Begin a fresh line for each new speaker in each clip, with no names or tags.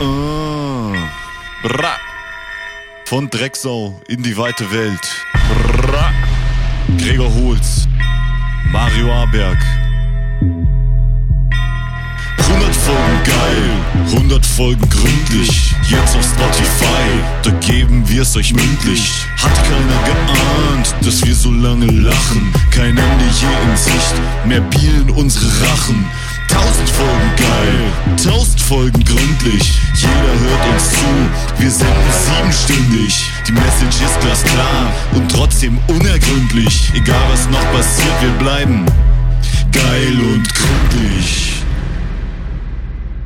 Ah. Bra. Von Drecksau in die weite Welt. Bra. Gregor Holz. Mario Aberg. 100 Folgen geil, 100 Folgen gründlich. Jetzt auf Spotify, da geben wir's euch mündlich. Hat keiner geahnt, dass wir so lange lachen. Kein Ende je in Sicht, mehr bielen unsere Rachen. 1000 Folgen geil, 1000 Folgen gründlich. Jeder hört uns zu, wir senden siebenstündig. Die Message ist glasklar und trotzdem unergründlich. Egal was noch passiert, wir bleiben geil und gründlich.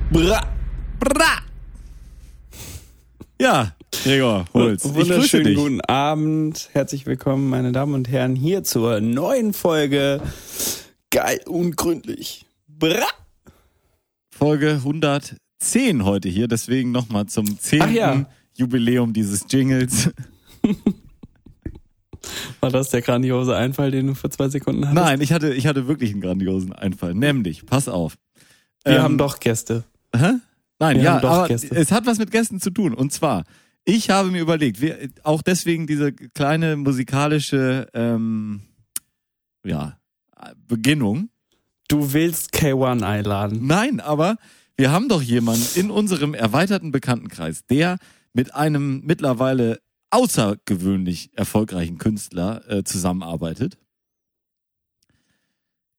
Bra. Bra. Ja, Gregor Holz. Ich grüße
Wunderschönen
dich.
guten Abend. Herzlich willkommen, meine Damen und Herren, hier zur neuen Folge Geil und gründlich. Bra.
Folge 110 heute hier, deswegen nochmal zum 10.
Ach ja.
Jubiläum dieses Jingles.
War das der grandiose Einfall, den du vor zwei Sekunden hattest?
Nein, ich hatte, ich hatte wirklich einen grandiosen Einfall. Nämlich, pass auf.
Wir
Ähm,
haben doch Gäste.
Hä? Nein,
Wir
ja,
haben doch
aber
Gäste.
es hat was mit Gästen zu tun. Und zwar, ich habe mir überlegt, wir, auch deswegen diese kleine musikalische ähm, ja, Beginnung.
Du willst K1 einladen.
Nein, aber wir haben doch jemanden in unserem erweiterten Bekanntenkreis, der mit einem mittlerweile außergewöhnlich erfolgreichen Künstler äh, zusammenarbeitet,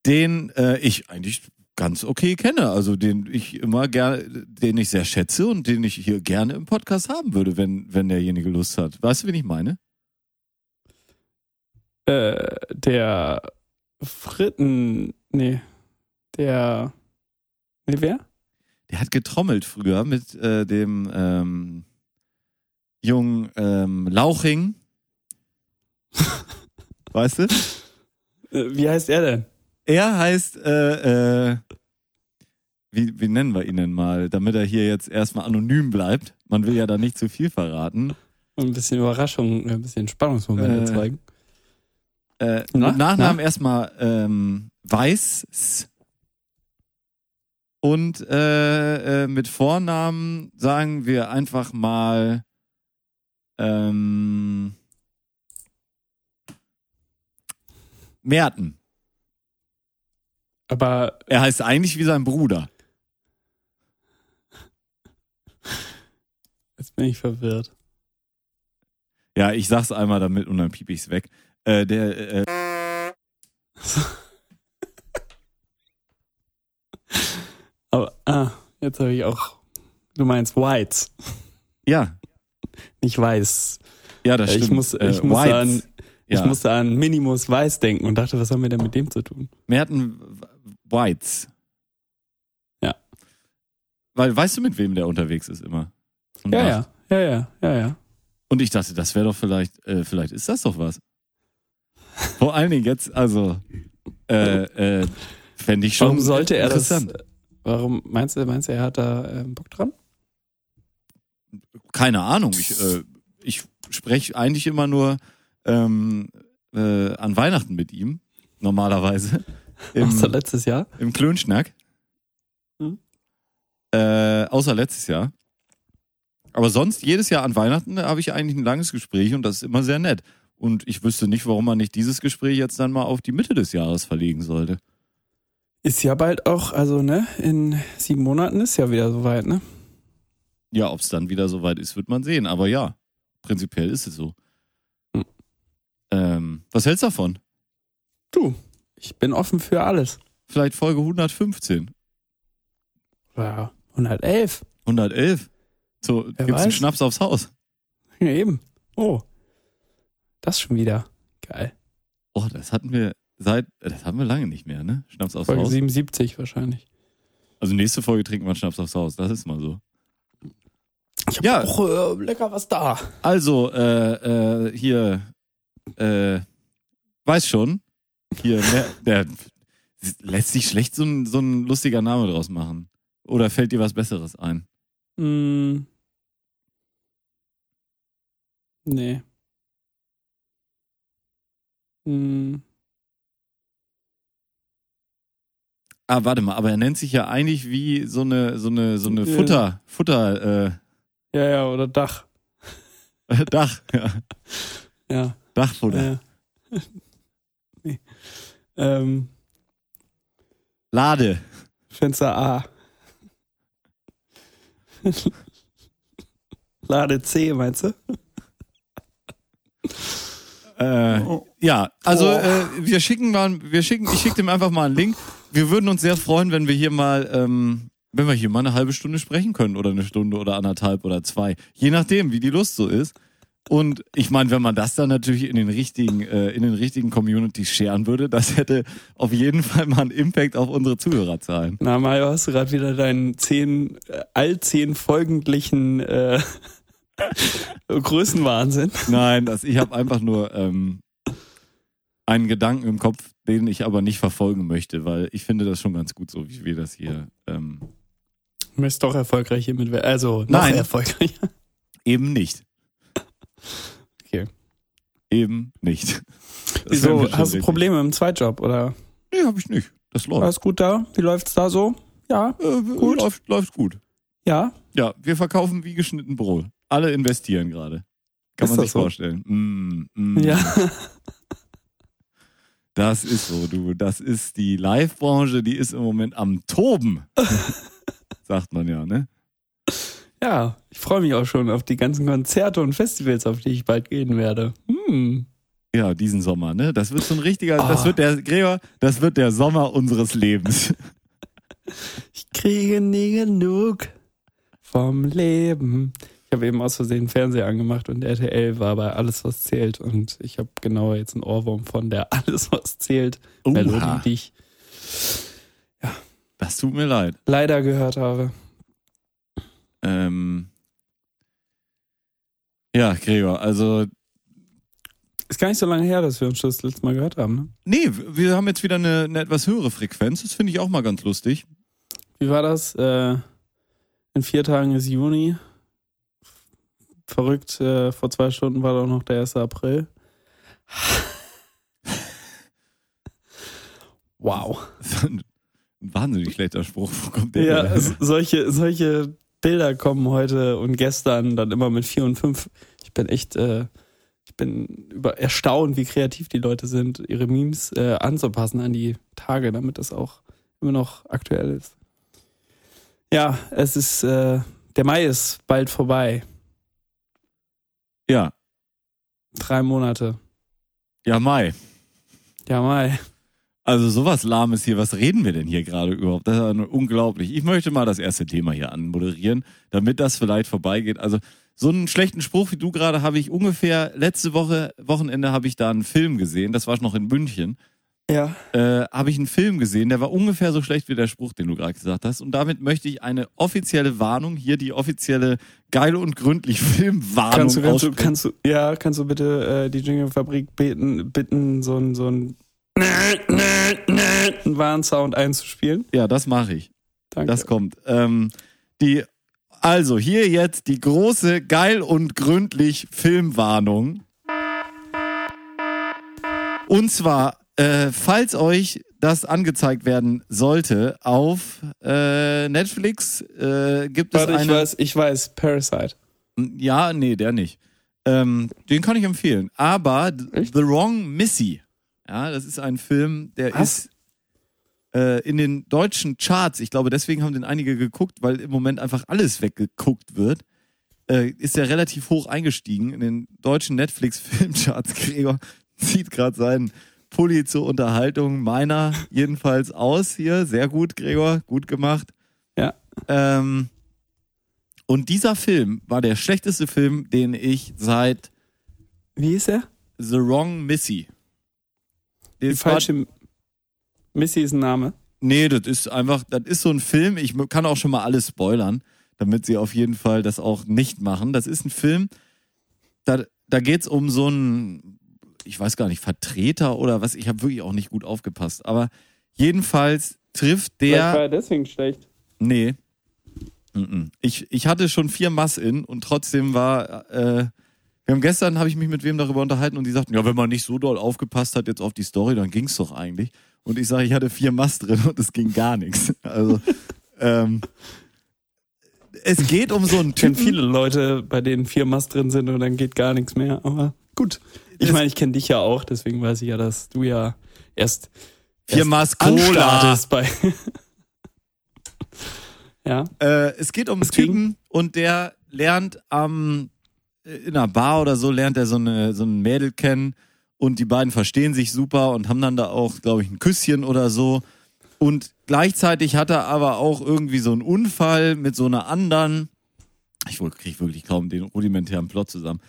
den äh, ich eigentlich ganz okay kenne, also den ich immer gerne, den ich sehr schätze und den ich hier gerne im Podcast haben würde, wenn wenn derjenige Lust hat. Weißt du, wen ich meine?
Äh, der Fritten. Nee. Der. Nee, wer?
Der hat getrommelt früher mit äh, dem ähm, jungen ähm, Lauching. weißt du?
Äh, wie heißt er denn?
Er heißt, äh, äh, wie, wie nennen wir ihn denn mal, damit er hier jetzt erstmal anonym bleibt. Man will ja da nicht zu viel verraten.
Um Ein bisschen Überraschung, ein bisschen Spannungsmoment
Äh,
erzeugen.
Äh,
Na?
mit Nachnamen erstmal ähm, Weiß und äh, äh, mit Vornamen sagen wir einfach mal ähm, Merten.
Aber
Er heißt eigentlich wie sein Bruder.
jetzt bin ich verwirrt.
Ja, ich sag's einmal damit und dann piep ich's weg. Äh, der äh,
Aber, ah, jetzt habe ich auch. Du meinst Whites,
ja,
nicht Weiß.
ja, das
ich
stimmt.
muss- ich muss
Whites.
an-
ja.
Ich musste an Minimus Weiß denken und dachte, was haben wir denn mit dem zu tun?
Merten Whites.
Ja.
Weil weißt du, mit wem der unterwegs ist immer? Und
Ja,
macht.
ja, ja, ja, ja, ja.
Und ich dachte, das wäre doch vielleicht, äh, vielleicht ist das doch was. Vor allen Dingen jetzt, also, äh, äh, fände ich schon
Warum sollte er das?
interessant.
Warum meinst du, meinst du, er hat da ähm, Bock dran?
Keine Ahnung, ich, äh, ich spreche eigentlich immer nur ähm, äh, an Weihnachten mit ihm, normalerweise. Im-
Außer letztes Jahr?
Im Klönschnack.
Hm.
Äh, außer letztes Jahr. Aber sonst, jedes Jahr an Weihnachten habe ich eigentlich ein langes Gespräch und das ist immer sehr nett. Und ich wüsste nicht, warum man nicht dieses Gespräch jetzt dann mal auf die Mitte des Jahres verlegen sollte.
Ist ja bald auch, also ne, in sieben Monaten ist ja wieder soweit, ne?
Ja, ob es dann wieder soweit ist, wird man sehen. Aber ja, prinzipiell ist es so.
Hm.
Ähm, was hältst du davon?
Du, ich bin offen für alles.
Vielleicht Folge 115,
Ja, 111.
111. So,
Wer
gibt's einen
weiß?
Schnaps aufs Haus.
Ja, eben. Oh. Das schon wieder. Geil.
Oh, das hatten wir seit, äh, das haben wir lange nicht mehr, ne? Schnaps aufs
Folge
Haus.
77 wahrscheinlich.
Also nächste Folge trinken wir einen Schnaps aufs Haus, das ist mal so.
Ich hab
Ja.
auch äh, lecker was da.
Also, äh, äh, hier, äh, weiß schon, hier, ne, der, lässt sich schlecht so ein, so ein lustiger Name draus machen. Oder fällt dir was Besseres ein?
Mm. Nee. Mm.
Ah, warte mal, aber er nennt sich ja eigentlich wie so eine, so eine, so eine
Ja.
Futter, Futter,
Ja, ja, oder Dach.
äh, Dach, ja,
Ja.
Dachfutter.
ja. nee. ähm,
Lade.
Fenster A. Lade C, meinst du?
Äh, Ja, also
Oh.
äh, wir schicken mal, wir schicken, ich schicke dem einfach mal einen Link. Wir würden uns sehr freuen, wenn wir hier mal, ähm, wenn wir hier mal eine halbe Stunde sprechen können oder eine Stunde oder anderthalb oder zwei, je nachdem, wie die Lust so ist. Und ich meine, wenn man das dann natürlich in den richtigen, äh, in den richtigen Communities scheren würde, das hätte auf jeden Fall mal einen Impact auf unsere Zuhörerzahlen.
Na, Mario, hast du gerade wieder deinen zehn, äh, all zehn folgendlichen äh, Größenwahnsinn?
Nein, das, ich habe einfach nur ähm, einen Gedanken im Kopf, den ich aber nicht verfolgen möchte, weil ich finde das schon ganz gut so, wie wir das hier. Ähm,
Du bist doch erfolgreich hiermit. wer- Also, noch
Nein.
erfolgreich.
Eben nicht.
Okay.
Eben nicht. Das werden wir
Wieso?
schon
Hast du
regeln.
Probleme im Zweitjob, oder?
Nee, hab ich nicht. Das läuft.
Alles gut da? Wie läuft's da so? Ja,
Äh,
gut?
Läuft, läuft gut.
ja.
Ja, wir verkaufen wie geschnitten Brot. Alle investieren gerade. Kann
Ist
man
das
sich
so?
vorstellen. Mm, mm.
Ja.
Das ist so, du. Das ist die Live-Branche, die ist im Moment am Toben. Sagt man ja, ne?
Ja, ich freue mich auch schon auf die ganzen Konzerte und Festivals, auf die ich bald gehen werde. Hm.
Ja, diesen Sommer, ne? Das wird so ein richtiger, das
Ah.
wird der, Gregor, das wird der Sommer unseres Lebens.
Ich kriege nie genug vom Leben. Ich habe eben aus Versehen Fernseher angemacht und RTL war bei Alles, was zählt. Und ich habe genau jetzt einen Ohrwurm von der Alles, was zählt Melodie,
Oha,
die ich
das tut mir leid.
leider gehört habe.
Ähm, ja, Gregor, also,
Ist gar nicht so lange her, dass wir uns das letzte Mal gehört haben. Ne?
nee, wir haben jetzt wieder eine, eine etwas höhere Frequenz. Das finde ich auch mal ganz lustig.
Wie war das? Äh, in vier Tagen ist Juni. Verrückt, äh, vor zwei Stunden war doch noch der 1. April. Wow.
Ein wahnsinnig schlechter Spruch. Wo kommt der
Ja, also
her?
s- solche, solche Bilder kommen heute und gestern dann immer mit vier und fünf. Ich bin echt, äh, ich bin über erstaunt, wie kreativ die Leute sind, ihre Memes äh, anzupassen an die Tage, damit das auch immer noch aktuell ist. Ja, es ist, äh, der Mai ist bald vorbei.
ja,
Drei Monate.
ja, Mai.
Ja, Mai.
Also sowas lahmes hier, was reden wir denn hier gerade überhaupt? Das ist ja nur unglaublich. Ich möchte mal das erste Thema hier anmoderieren, damit das vielleicht vorbeigeht. Also so einen schlechten Spruch wie du gerade habe ich ungefähr letzte Woche, Wochenende habe ich da einen Film gesehen, das war noch in München.
Ja.
äh, habe ich einen Film gesehen, der war ungefähr so schlecht wie der Spruch, den du gerade gesagt hast. Und damit möchte ich eine offizielle Warnung, hier die offizielle geil und gründlich Filmwarnung
Kannst du, kannst du,
aussprechen.
kannst du, ja, kannst du bitte äh, die Jingle-Fabrik beten, bitten, so ein, so ein, einen Warnsound einzuspielen?
ja, das mache ich.
Danke.
Das kommt. Ähm, die, also hier jetzt die große geil und gründlich Filmwarnung. Und zwar, äh, falls euch das angezeigt werden sollte, auf äh, Netflix äh, gibt
Warte,
es
ich
eine...
weiß, ich weiß, Parasite.
Ja, nee, der nicht. Ähm, den kann ich empfehlen. Aber d-
Echt?
The Wrong Missy, ja, das ist ein Film, der
Was?
ist äh, in den deutschen Charts, ich glaube, deswegen haben den einige geguckt, weil im Moment einfach alles weggeguckt wird, äh, ist der relativ hoch eingestiegen in den deutschen Netflix-Filmcharts. Gregor zieht gerade seinen Pulli zur Unterhaltung meiner jedenfalls aus hier. Sehr gut, Gregor, gut gemacht.
Ja.
Ähm, und dieser Film war der schlechteste Film, den ich seit
Wie ist er?
The Wrong Missy.
Die
Das war-
falsche Missy ist ein Name.
Nee, das ist einfach, das ist so ein Film, ich kann auch schon mal alles spoilern, damit sie auf jeden Fall das auch nicht machen. Das ist ein Film, da, da geht's um so einen, ich weiß gar nicht, Vertreter oder was, ich habe wirklich auch nicht gut aufgepasst, aber jedenfalls trifft
Vielleicht war
der,
er deswegen schlecht.
nee, Mhm. ich, ich hatte schon vier Mass in und trotzdem war, äh, Wir haben gestern, habe ich mich mit wem darüber unterhalten und die sagten, ja, wenn man nicht so doll aufgepasst hat jetzt auf die Story, dann ging's doch eigentlich. Und ich sage, ich hatte vier Mast drin und es ging gar nichts. Also, ähm, es geht um so einen
Ich kenne
Typen.
viele Leute, bei denen vier Mast drin sind und dann geht gar nichts mehr. Aber gut. Ich
Das-
meine, ich kenne dich ja auch, deswegen weiß ich ja, dass du ja erst
Vier
erst
Mast Cola.
anstartest bei. ja.
Äh, es geht um einen
Es ging.
Typen und der lernt am äh, in einer Bar oder so lernt er so eine so ein Mädel kennen und die beiden verstehen sich super und haben dann da auch, glaube ich, ein Küsschen oder so. Und gleichzeitig hat er aber auch irgendwie so einen Unfall mit so einer anderen. Ich kriege wirklich kaum den rudimentären Plot zusammen.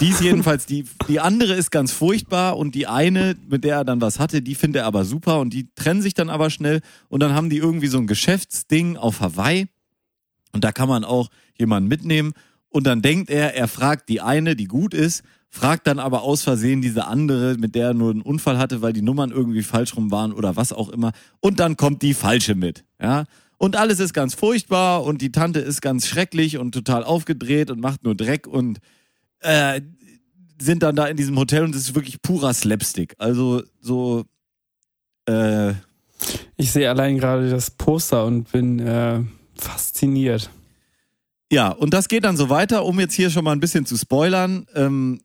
Die ist jedenfalls, die, die andere ist ganz furchtbar und die eine, mit der er dann was hatte, die findet er aber super und die trennen sich dann aber schnell und dann haben die irgendwie so ein Geschäftsding auf Hawaii und da kann man auch jemanden mitnehmen und dann denkt er, er fragt die eine, die gut ist, fragt dann aber aus Versehen diese andere, mit der er nur einen Unfall hatte, weil die Nummern irgendwie falsch rum waren oder was auch immer und dann kommt die falsche mit, ja. Und alles ist ganz furchtbar und die Tante ist ganz schrecklich und total aufgedreht und macht nur Dreck und äh, sind dann da in diesem Hotel und es ist wirklich purer Slapstick. Also so äh,
Ich sehe allein gerade das Poster und bin äh, fasziniert.
ja, und das geht dann so weiter, um jetzt hier schon mal ein bisschen zu spoilern. Ähm,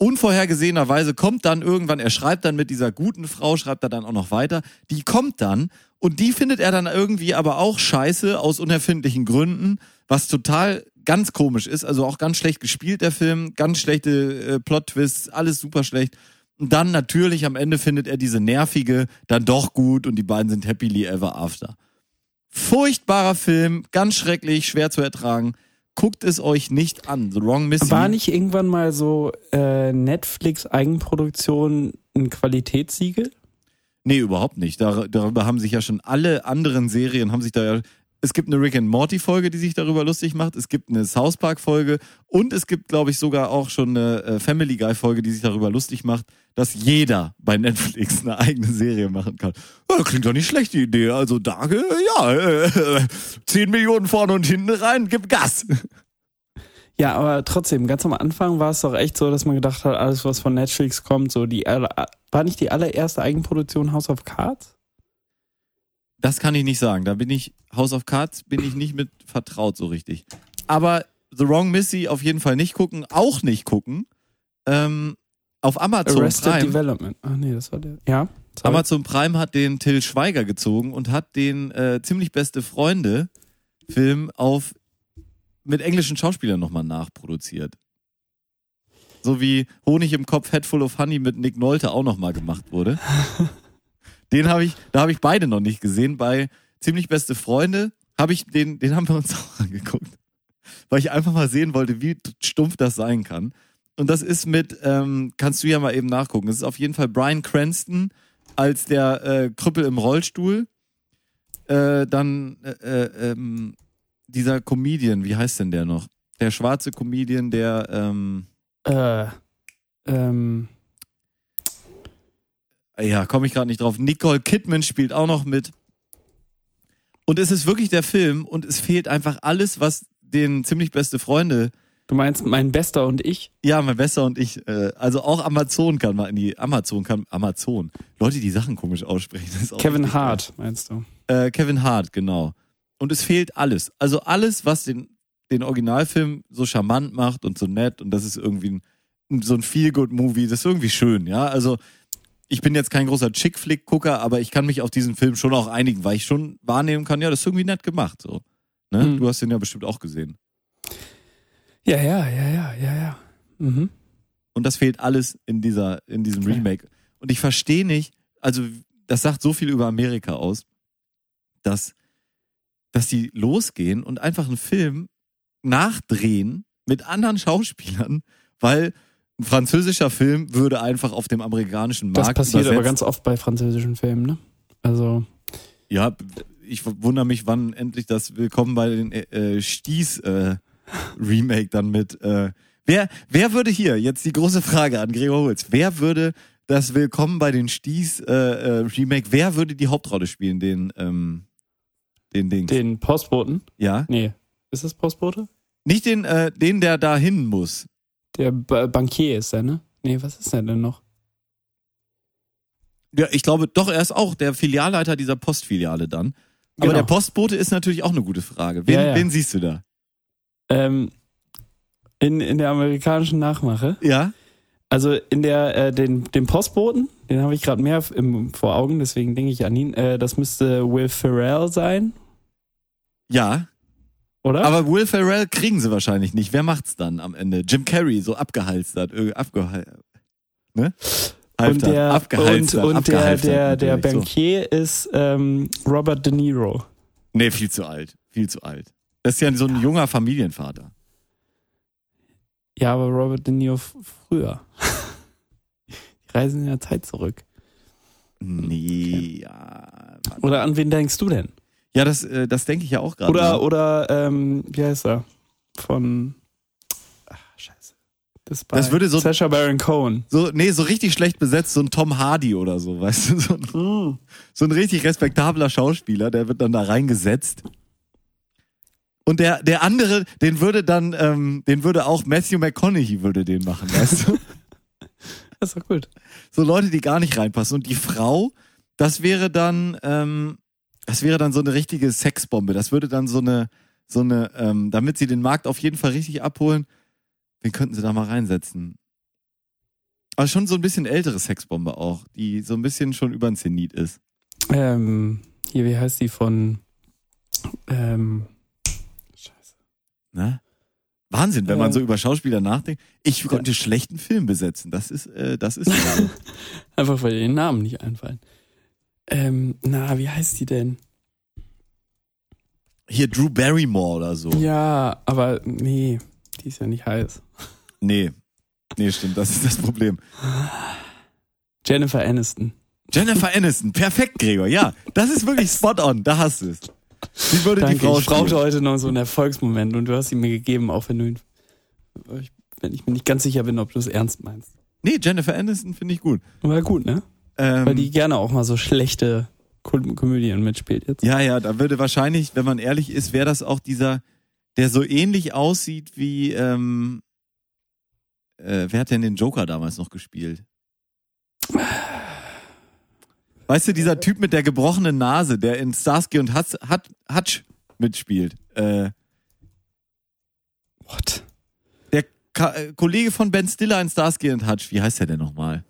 unvorhergesehenerweise kommt dann irgendwann, er schreibt dann mit dieser guten Frau, schreibt er dann auch noch weiter, die kommt dann und die findet er dann irgendwie aber auch scheiße aus unerfindlichen Gründen, was total ganz komisch ist, also auch ganz schlecht gespielt der Film, ganz schlechte äh, Plot-Twists, alles super schlecht. Und dann natürlich am Ende findet er diese nervige dann doch gut und die beiden sind happily ever after. Furchtbarer Film, ganz schrecklich, schwer zu ertragen. Guckt es euch nicht an. The Wrong Missy.
War nicht irgendwann mal so äh, Netflix-Eigenproduktion ein Qualitätssiegel?
Nee, überhaupt nicht. Dar darüber haben sich ja schon alle anderen Serien, haben sich da ja. Es gibt eine Rick and Morty Folge, die sich darüber lustig macht. Es gibt eine South Park Folge und es gibt, glaube ich, sogar auch schon eine äh, Family Guy Folge, die sich darüber lustig macht, dass jeder bei Netflix eine eigene Serie machen kann. Ja, klingt doch nicht schlecht, die Idee. Also da, äh, ja, äh, 10 Millionen vorne und hinten rein, gib Gas.
Ja, aber trotzdem, ganz am Anfang war es doch echt so, dass man gedacht hat, alles, was von Netflix kommt, so die aller- war nicht die allererste Eigenproduktion House of Cards?
Das kann ich nicht sagen. Da bin ich, House of Cards, bin ich nicht mit vertraut so richtig. Aber The Wrong Missy auf jeden Fall nicht gucken, auch nicht gucken. Ähm, auf Amazon
Arrested
Prime.
Development. Ach nee, das war der. Ja. sorry.
Amazon Prime hat den Till Schweiger gezogen und hat den äh, ziemlich beste Freunde Film auf mit englischen Schauspielern nochmal nachproduziert. So wie Honig im Kopf, Head Full of Honey mit Nick Nolte auch nochmal gemacht wurde. Den habe ich, da habe ich beide noch nicht gesehen. Bei ziemlich beste Freunde habe ich den, den haben wir uns auch angeguckt, weil ich einfach mal sehen wollte, wie stumpf das sein kann. Und das ist mit, ähm, kannst du ja mal eben nachgucken. Es ist auf jeden Fall Brian Cranston als der äh, Krüppel im Rollstuhl. Äh, dann äh, äh, ähm, dieser Comedian, wie heißt denn der noch? Der schwarze Comedian, der ähm,
äh, ähm,
ja, komme ich gerade nicht drauf. Nicole Kidman spielt auch noch mit. Und es ist wirklich der Film und es fehlt einfach alles, was den ziemlich beste Freunde,
du meinst mein Bester und ich?
ja, mein Besser und ich, äh, also auch Amazon kann man in die, Amazon kann, Amazon. Leute, die Sachen komisch aussprechen. Das ist auch
Kevin
Oh, richtig geil.
Hart, meinst du?
Äh, Kevin Hart, genau. Und es fehlt alles. Also alles, was den, den Originalfilm so charmant macht und so nett und das ist irgendwie ein, so ein Feel-Good-Movie, das ist irgendwie schön, ja. Also ich bin jetzt kein großer Chick-Flick-Gucker, aber ich kann mich auf diesen Film schon auch einigen, weil ich schon wahrnehmen kann, ja, das ist irgendwie nett gemacht. So. Ne?
Mhm.
Du hast den ja bestimmt auch gesehen.
Ja, ja, ja, ja, ja, ja. Mhm.
Und das fehlt alles in, dieser, in diesem
Okay.
Remake. Und ich verstehe nicht, also das sagt so viel über Amerika aus, dass, dass die losgehen und einfach einen Film nachdrehen mit anderen Schauspielern, weil ein französischer Film würde einfach auf dem amerikanischen
Das
Markt
passiert aber
übersetzt.
ganz oft bei französischen Filmen, ne? Also,
Ja, b- ich wundere mich, wann endlich das Willkommen bei den äh, äh, Sties äh, Remake dann mit. Äh, wer, wer würde hier, jetzt die große Frage an Gregor Holz, wer würde das Willkommen bei den Sties äh, äh, Remake, wer würde die Hauptrolle spielen, den, ähm, den Dings?
den Postboten?
Ja?
Nee. Ist das Postbote?
Nicht den, äh, den, der da hin muss.
Der ba Bankier ist er, ne? Nee, was ist er denn noch?
Ja, ich glaube, doch, er ist auch der Filialleiter dieser Postfiliale dann. Aber
Genau.
der Postbote ist natürlich auch eine gute Frage. Wen,
Ja, ja.
wen siehst du da?
Ähm, in, in der amerikanischen Nachmache.
Ja?
Also in der, äh, den, den Postboten, den habe ich gerade mehr im, vor Augen, deswegen denke ich an ihn. Äh, das müsste Will Ferrell sein,
Ja.
oder?
Aber Will Ferrell kriegen sie wahrscheinlich nicht. Wer macht's dann am Ende? Jim Carrey, so abgehalstert. äh, Abgehal ne?
und
Halftert,
der, und,
abgehalstert,
und der,
abgehalstert
der, der
natürlich,
Bankier ist ähm, Robert De Niro.
So. Nee, viel zu alt. Viel zu alt. Das ist ja so ein junger Familienvater.
Ja, aber Robert De Niro f- früher. Die reisen in der Zeit zurück. Hm,
Nee, ja. Mann.
Oder an wen denkst du denn?
Ja, das, äh, das denke ich ja auch gerade.
Oder,
ne?
oder ähm, wie heißt er? Von. Ach, scheiße. Das, bei
Das würde so-
Sacha Baron Cohen.
So, nee, so richtig schlecht besetzt, so ein Tom Hardy oder so, weißt du? So ein, so ein richtig respektabler Schauspieler, der wird dann da reingesetzt. Und der, der andere, den würde dann, ähm, den würde auch Matthew McConaughey würde den machen, weißt du?
Das ist doch gut.
So Leute, die gar nicht reinpassen. Und die Frau, das wäre dann, ähm, das wäre dann so eine richtige Sexbombe. Das würde dann so eine, so eine, ähm, damit sie den Markt auf jeden Fall richtig abholen, wen könnten sie da mal reinsetzen? Aber schon so ein bisschen ältere Sexbombe auch, die so ein bisschen schon über den Zenit ist.
Ähm, hier, wie heißt die von. Ähm, scheiße.
Ne? Wahnsinn, wenn man
Ja.
so über Schauspieler nachdenkt. Ich konnte schlechten Film besetzen. Das ist, äh, das ist. so.
Einfach weil dir den Namen nicht einfallen. Ähm, na, wie heißt die denn?
Hier Drew Barrymore oder
Oh.
so.
Ja, aber nee, die ist ja nicht heiß.
Nee. Nee, stimmt, das ist das Problem.
Jennifer Aniston.
Jennifer Aniston, perfekt, Gregor. Ja, das ist wirklich spot on. Da hast du es. Sie würde die
Danke,
Frau
ich brauchte
spielen.
heute noch so einen Erfolgsmoment und du hast ihn mir gegeben, auch wenn du ihn, wenn ich mir nicht ganz sicher bin, ob du es ernst meinst.
Nee, Jennifer Aniston finde ich gut.
War gut, ne? Weil
Ähm,
die gerne auch mal so schlechte Kom Komödien mitspielt jetzt.
ja, ja, da würde wahrscheinlich, wenn man ehrlich ist, wäre das auch dieser, der so ähnlich aussieht wie, ähm, äh, wer hat denn den Joker damals noch gespielt? Weißt du, dieser Typ mit der gebrochenen Nase, der in Starsky und Hutch, Hutch, Hutch mitspielt. Äh,
What?
Der Ka äh, Kollege von Ben Stiller in Starsky and Hutch, wie heißt der denn nochmal?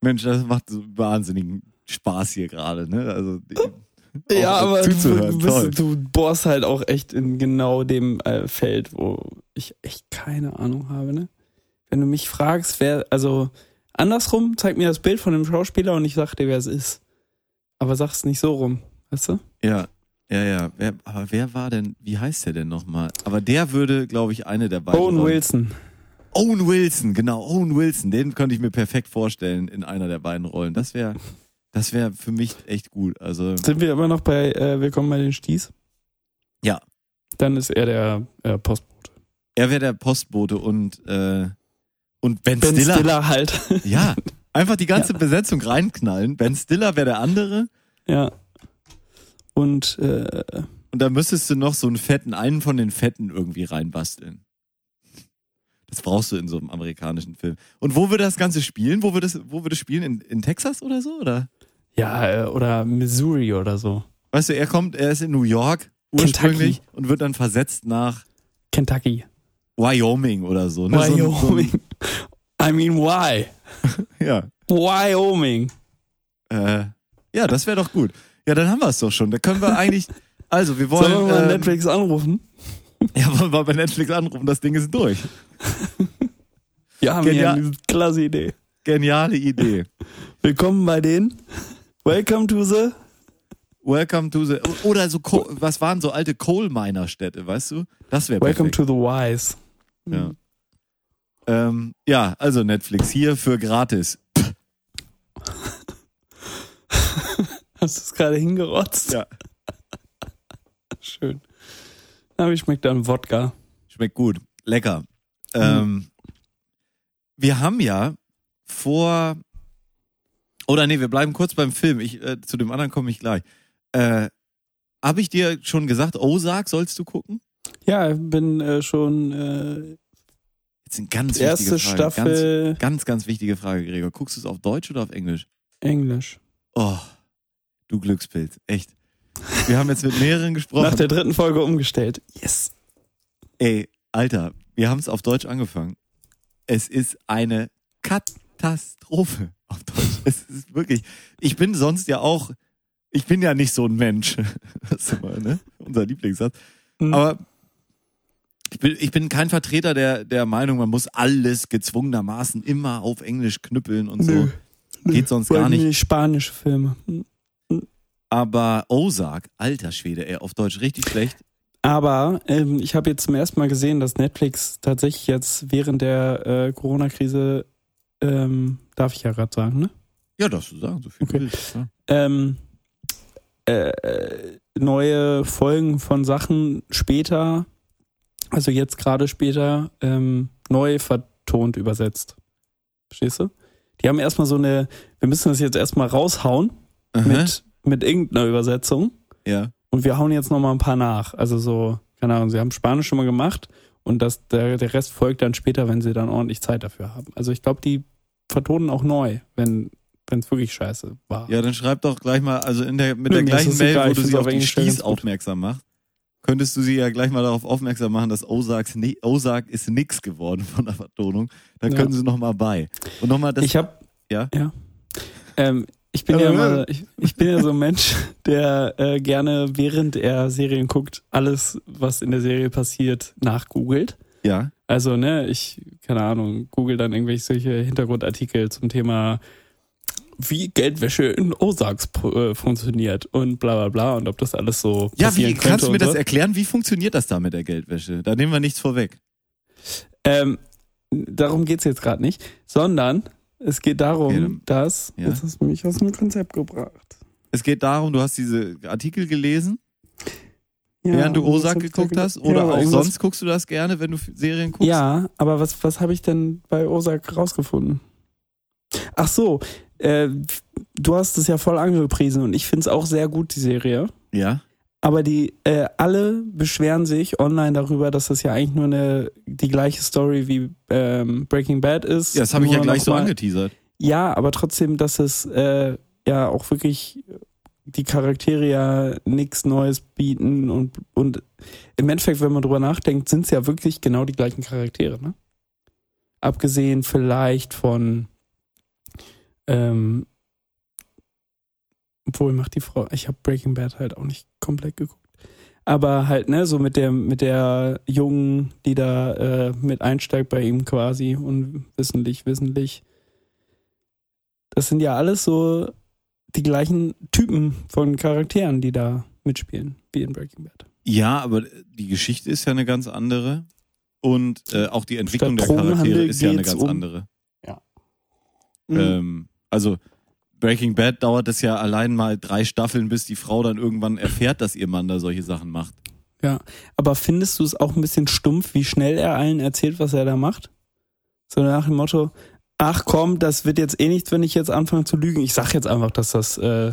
Mensch, das macht so wahnsinnigen Spaß hier gerade, ne? Also, äh,
Ja,
auch
aber
zuzuhören,
du,
toll.
bist, du bohrst halt auch echt in genau dem äh, Feld, wo ich echt keine Ahnung habe, ne? Wenn du mich fragst, wer, also andersrum, zeig mir das Bild von dem Schauspieler und ich sag dir, wer es ist. Aber sag's nicht so rum, weißt du?
Ja, ja, ja. Wer, aber wer war denn, wie heißt der denn nochmal? Aber der würde, glaube ich, eine der beiden.
Owen
Rollen-
Wilson.
Owen Wilson, genau, Owen Wilson. Den könnte ich mir perfekt vorstellen in einer der beiden Rollen. Das wäre, das wäre für mich echt gut. Also,
Sind wir immer noch bei äh, Willkommen bei den Sties?
Ja.
Dann ist er der äh, Postbote.
er wäre der Postbote und, äh, und Ben,
Ben
Stiller.
Stiller, halt.
Ja, einfach die ganze Besetzung reinknallen. Ben Stiller wäre der andere.
ja. Und äh,
Und dann müsstest du noch so einen fetten, einen von den Fetten irgendwie reinbasteln. Das brauchst du in so einem amerikanischen Film. Und wo würde das Ganze spielen? Wo würde es, wo würde es spielen? In, in Texas oder so? Oder?
ja, äh, oder Missouri oder so.
Weißt du, er kommt, er ist in New York ursprünglich und wird dann versetzt nach
Kentucky.
Wyoming oder so. Ne? So ein-
Wyoming. I mean, why?
So ein,
Wyoming.
ja. Äh, ja, das wäre doch gut. Ja, dann haben wir es doch schon. Da können wir eigentlich. Also, wir wollen.
Sollen wir mal
ähm,
Netflix anrufen?
Ja, wollen wir bei Netflix anrufen, das Ding ist durch.
Ja, haben wir
genial.
eine klasse Idee.
Geniale Idee.
Willkommen bei denen. Welcome to the.
Welcome to the. Oder so, Co was waren so alte Coal-Miner-Städte, weißt du? Das wäre
Welcome
perfekt.
to the Wise.
ja. Ähm, ja, also Netflix hier für gratis.
Hast du es gerade hingerotzt?
Ja.
Schön. Na, wie schmeckt dann Wodka?
Schmeckt gut. Lecker.
Mhm.
Ähm, wir haben ja vor. Oder nee, wir bleiben kurz beim Film. Ich, äh, zu dem anderen komme ich gleich. Äh, Habe ich dir schon gesagt, Ozark sollst du gucken?
Ja, ich bin äh, schon äh,
Jetzt Jetzt eine ganz
Erste
wichtige Frage.
Staffel
Ganz, ganz, ganz wichtige Frage, Gregor. Guckst du es auf Deutsch oder auf Englisch?
Englisch.
Oh, du Glückspilz. Echt. Wir haben jetzt mit mehreren
Nach
gesprochen.
der dritten Folge umgestellt. Yes.
Ey, Alter, wir haben es auf Deutsch angefangen. Es ist eine Katastrophe auf Deutsch. Es ist wirklich. Ich bin sonst ja auch. Ich bin ja nicht so ein Mensch. Das ist immer, ne? Unser Lieblingssatz.
Mhm.
Aber ich bin, ich bin kein Vertreter der, der Meinung, man muss alles gezwungenermaßen immer auf Englisch knüppeln und so.
Nö.
Geht sonst gar
Wollten
nicht.
die Spanische Filme.
Aber Ozark, alter Schwede, ey, auf Deutsch richtig schlecht.
Aber ähm, ich habe jetzt zum ersten Mal gesehen, dass Netflix tatsächlich jetzt während der äh, Corona-Krise, ähm, darf ich ja gerade sagen, ne?
Ja, darfst du sagen, so viel ne?
Okay.
du willst. Ja.
Ähm, äh, äh, neue Folgen von Sachen später, also jetzt gerade später, ähm, neu vertont übersetzt. Verstehst du? Die haben erstmal so eine, wir müssen das jetzt erstmal raushauen
Aha,
mit, mit irgendeiner Übersetzung.
ja.
Und wir hauen jetzt nochmal ein paar nach. Also so, keine Ahnung, sie haben Spanisch schon mal gemacht und das, der, der Rest folgt dann später, wenn sie dann ordentlich Zeit dafür haben. Also ich glaube, die vertonen auch neu, wenn es wirklich scheiße war.
Ja, dann schreib doch gleich mal, also in der, mit
Nö,
der
mir ist
gleichen
es
Mail,
egal,
wo
ich
du
find's
sie
auf
auf den
Englisch ganz
Spieß
gut.
aufmerksam machst, könntest du sie ja gleich mal darauf aufmerksam machen, dass Ozarks, ni- Ozark ist nix geworden von der Vertonung. Dann
Ja.
können sie nochmal bei. Und nochmal das.
ich habe
ja?
ähm, ich bin ja
Ja,
mal, ich, ich bin ja so ein Mensch, der äh, gerne, während er Serien guckt, alles, was in der Serie passiert, nachgoogelt.
ja.
Also, ne, ich, keine Ahnung, google dann irgendwelche solche Hintergrundartikel zum Thema, wie Geldwäsche in Ozarks äh, funktioniert und bla bla bla und ob das alles so.
Ja,
passieren
wie
könnte
kannst du mir
und
das
so.
erklären? Wie funktioniert das da mit der Geldwäsche? Da nehmen wir nichts vorweg.
ähm, Darum geht's jetzt gerade nicht, sondern es geht darum,
Okay, dann-
dass.
ja.
Jetzt hast du mich aus dem Konzept gebracht.
Es geht darum, du hast diese Artikel gelesen,
Ja,
während du
irgendwas
Ozark
hab ich
geguckt
da
hast,
gedacht. Ja,
oder
aber
auch
irgendwas-
sonst guckst du das gerne, wenn du F- Serien guckst?
Ja, aber was, was habe ich denn bei Ozark rausgefunden? Ach so, äh, du hast es ja voll angepriesen und ich find's auch sehr gut, die Serie.
Ja.
Aber die äh, alle beschweren sich online darüber, dass das ja eigentlich nur eine die gleiche Story wie ähm, Breaking Bad ist.
Ja, das habe ich
Nur
ja gleich so
nochmal-
angeteasert.
Ja, aber trotzdem, dass es äh, ja auch wirklich die Charaktere ja nichts Neues bieten und und im Endeffekt, wenn man drüber nachdenkt, sind es ja wirklich genau die gleichen Charaktere, ne? Abgesehen vielleicht von ähm, obwohl macht die Frau, ich habe Breaking Bad halt auch nicht komplett geguckt. Aber halt, ne, so mit der, mit der Jungen, die da äh, mit einsteigt bei ihm quasi, unwissentlich, wissentlich. Das sind ja alles so die gleichen Typen von Charakteren, die da mitspielen, wie in Breaking Bad.
Ja, aber die Geschichte ist ja eine ganz andere. Und äh, auch die Entwicklung
Statt
der Charaktere
Drogenhandel
ist ja eine
geht's
ganz
um-
andere. Ähm, also Breaking Bad dauert es ja allein mal drei Staffeln, bis die Frau dann irgendwann erfährt, dass ihr Mann da solche Sachen macht.
Aber findest du es auch ein bisschen stumpf, wie schnell er allen erzählt, was er da macht? So nach dem Motto, ach komm, das wird jetzt eh nichts, wenn ich jetzt anfange zu lügen. Ich sag jetzt einfach, dass das, äh,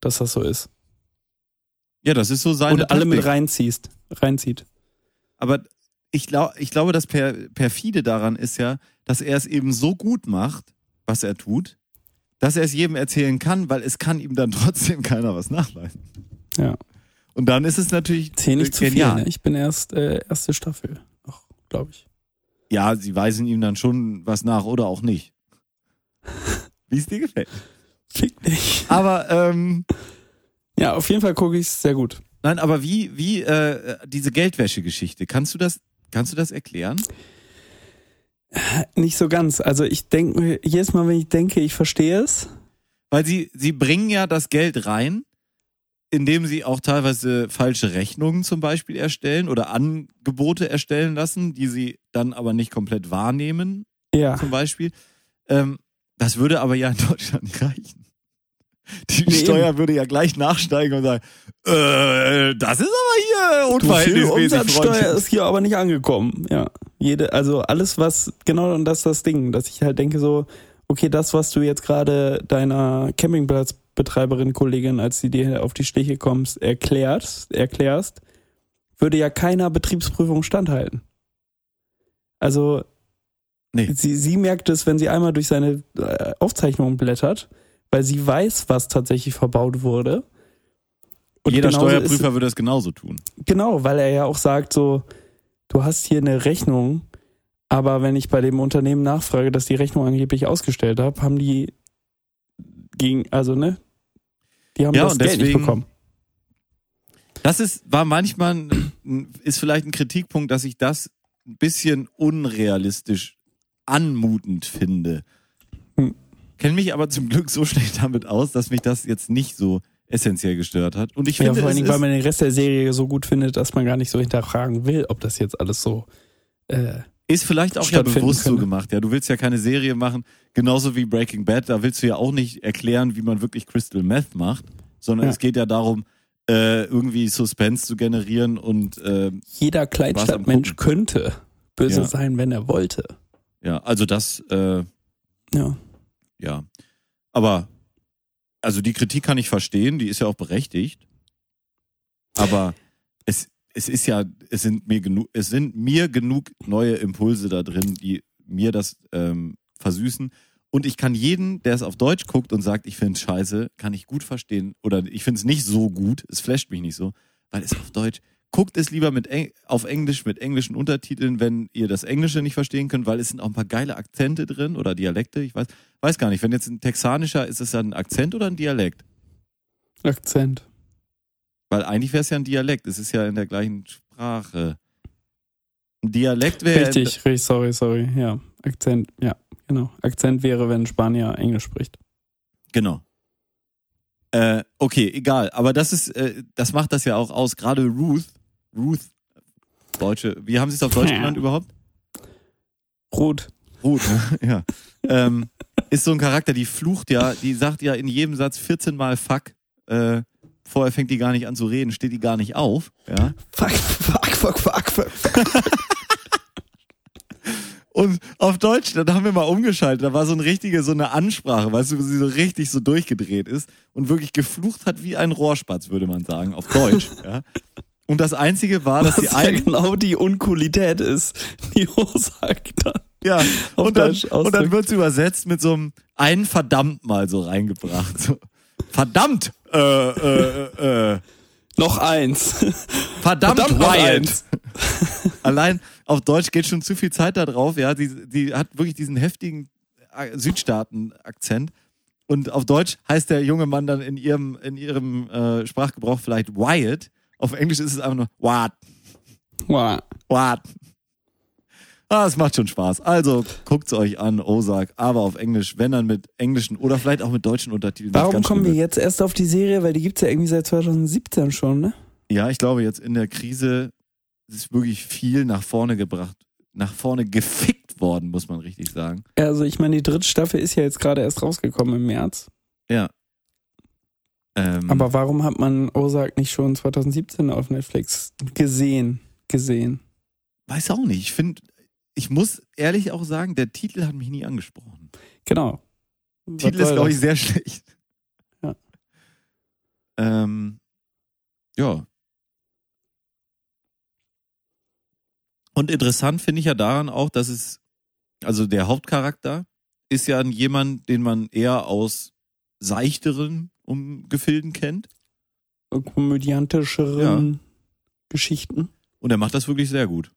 dass das so ist.
Ja, das ist so seine
Und alle mit
Taktik.
reinziehst, reinzieht.
Aber ich, glaub, ich glaube, das per, perfide daran ist ja, dass er es eben so gut macht, was er tut, dass er es jedem erzählen kann, weil es kann ihm dann trotzdem keiner was nachweisen.
Ja.
Und dann ist es natürlich
Zähl nicht
äh,
zu viel,
genial.
ne? Ich bin erst äh, erste Staffel, glaube ich.
Ja, sie weisen ihm dann schon was nach oder auch nicht. Wie es dir gefällt.
Fick dich.
Aber ähm,
Ja, auf jeden Fall gucke ich es sehr gut.
nein, aber wie wie äh, diese Geldwäsche-Geschichte? Kannst du das kannst du das erklären?
Nicht so ganz. Also ich denke mir, jedes Mal, wenn ich denke, ich verstehe es.
Weil sie sie bringen ja das Geld rein, indem sie auch teilweise falsche Rechnungen zum Beispiel erstellen oder Angebote erstellen lassen, die sie dann aber nicht komplett wahrnehmen
Ja.
zum Beispiel. Ähm, das würde aber ja in Deutschland nicht reichen. Die
Nee,
Steuer würde ja gleich nachsteigen und sagen, äh, das ist aber hier
Du, viel
unverhältnismäßig
Umsatzsteuer
freundlich.
ist hier aber nicht angekommen. Ja. Jede, also alles, was, genau, und das ist das Ding, dass ich halt denke so, okay, das, was du jetzt gerade deiner Campingplatzbetreiberin, Kollegin, als sie dir auf die Stiche kommst, erklärst, erklärst, würde ja keiner Betriebsprüfung standhalten. Also,
Nee.
Sie, sie merkt es, wenn sie einmal durch seine äh, Aufzeichnungen blättert, weil sie weiß, was tatsächlich verbaut wurde. Und
Jeder
genauso ist-
Steuerprüfer würde es genauso tun.
Genau, weil er ja auch sagt so, du hast hier eine Rechnung, aber wenn ich bei dem Unternehmen nachfrage, dass die Rechnung angeblich ausgestellt habe, haben die gegen, also ne, die haben
Ja,
das
und
Geld nicht
deswegen-
bekommen.
Das ist, war manchmal, ein- ein, ist vielleicht ein Kritikpunkt, dass ich das ein bisschen unrealistisch anmutend finde.
Hm.
Kenne mich aber zum Glück so schnell damit aus, dass mich das jetzt nicht so essentiell gestört hat. Und ich
Ja,
finde,
vor allen
es
Dingen,
ist,
weil man den Rest der Serie so gut findet, dass man gar nicht so hinterfragen will, ob das jetzt alles so äh,
Ist vielleicht auch ja
stattfinden
bewusst so
könnte.
gemacht. Ja, du willst ja keine Serie machen, genauso wie Breaking Bad. Da willst du ja auch nicht erklären, wie man wirklich Crystal Meth macht, sondern
Ja.
es geht ja darum, äh, irgendwie Suspense zu generieren und äh,
jeder
Gucken.
Kleinstadtmensch könnte böse
Ja.
sein, wenn er wollte.
ja, also das, äh,
Ja.
ja. Aber also die Kritik kann ich verstehen, die ist ja auch berechtigt. Aber es, es ist ja, es sind mir genug, es sind mir genug neue Impulse da drin, die mir das ähm, versüßen. Und ich kann jeden, der es auf Deutsch guckt und sagt, ich finde es scheiße, kann ich gut verstehen. Oder ich finde es nicht so gut, es flasht mich nicht so, weil es auf Deutsch. Guckt es lieber mit Eng auf Englisch mit englischen Untertiteln, wenn ihr das Englische nicht verstehen könnt, weil es sind auch ein paar geile Akzente drin oder Dialekte, ich weiß, weiß gar nicht. Wenn jetzt ein texanischer, ist es dann ein Akzent oder ein Dialekt?
Akzent.
Weil eigentlich wäre es ja ein Dialekt, es ist ja in der gleichen Sprache. Ein Dialekt wäre
Richtig, richtig, sorry, sorry. Ja, Akzent, ja, genau. Akzent wäre, wenn ein Spanier Englisch spricht.
Genau. Äh, okay, egal. Aber das ist, äh, das macht das ja auch aus. Gerade Ruth, Ruth, Deutsche, wie haben sie es auf Deutsch
Ja.
genannt überhaupt?
Rot.
Ruth, ne? ja. ähm, ist so ein Charakter, die flucht ja, die sagt ja in jedem Satz 14 Mal Fuck. Äh, vorher fängt die gar nicht an zu reden, steht die gar nicht auf. Ja.
Fuck, fuck, fuck, fuck, fuck.
Und auf Deutsch, dann haben wir mal umgeschaltet, da war so eine richtige, so eine Ansprache, weißt du, wo sie so richtig so durchgedreht ist und wirklich geflucht hat wie ein Rohrspatz, würde man sagen, auf Deutsch. ja. Und das Einzige war, dass
Was
die
ja
ein...
genau die Unkulität ist, die Rosak dann.
Ja,
auf
und dann,
Deutsch
und dann
ausdrückt.
wird's übersetzt mit so einem einen verdammt mal so reingebracht. So, verdammt! Äh, äh, äh, äh,
Noch eins. Verdammt,
verdammt,
noch
wild!
eins.
Allein auf Deutsch geht schon zu viel Zeit da drauf. Ja, die, die hat wirklich diesen heftigen äh, Südstaaten-Akzent. Und auf Deutsch heißt der junge Mann dann in ihrem, in ihrem äh, Sprachgebrauch vielleicht Wyatt. Auf Englisch ist es einfach nur What?
Wow.
What? Ah, es macht schon Spaß. Also guckt's euch an, Ozark, aber auf Englisch, wenn dann mit englischen oder vielleicht auch mit deutschen Untertiteln. was
Warum
ganz
kommen
schlimm
wir jetzt erst auf die Serie? Weil die gibt's ja irgendwie seit 2017 schon, ne?
wird. Ja, ich glaube, jetzt in der Krise ist wirklich viel nach vorne gebracht, nach vorne gefickt worden, muss man richtig sagen.
Also ich meine, die dritte Staffel ist ja jetzt gerade erst rausgekommen im März.
Ja. Ähm,
Aber warum hat man Ozark nicht schon 2017 auf Netflix gesehen? Gesehen.
weiß auch nicht. Ich finde, ich muss ehrlich auch sagen, der Titel hat mich nie angesprochen.
Genau. Was
Titel ist,
soll
glaube ich,
das?
sehr schlecht.
Ja.
Ähm, ja. Und interessant finde ich ja daran auch, dass es, also der Hauptcharakter ist ja ein jemand, den man eher aus seichteren um Gefilden kennt.
komödiantischeren Geschichten.
Und er macht das wirklich sehr gut.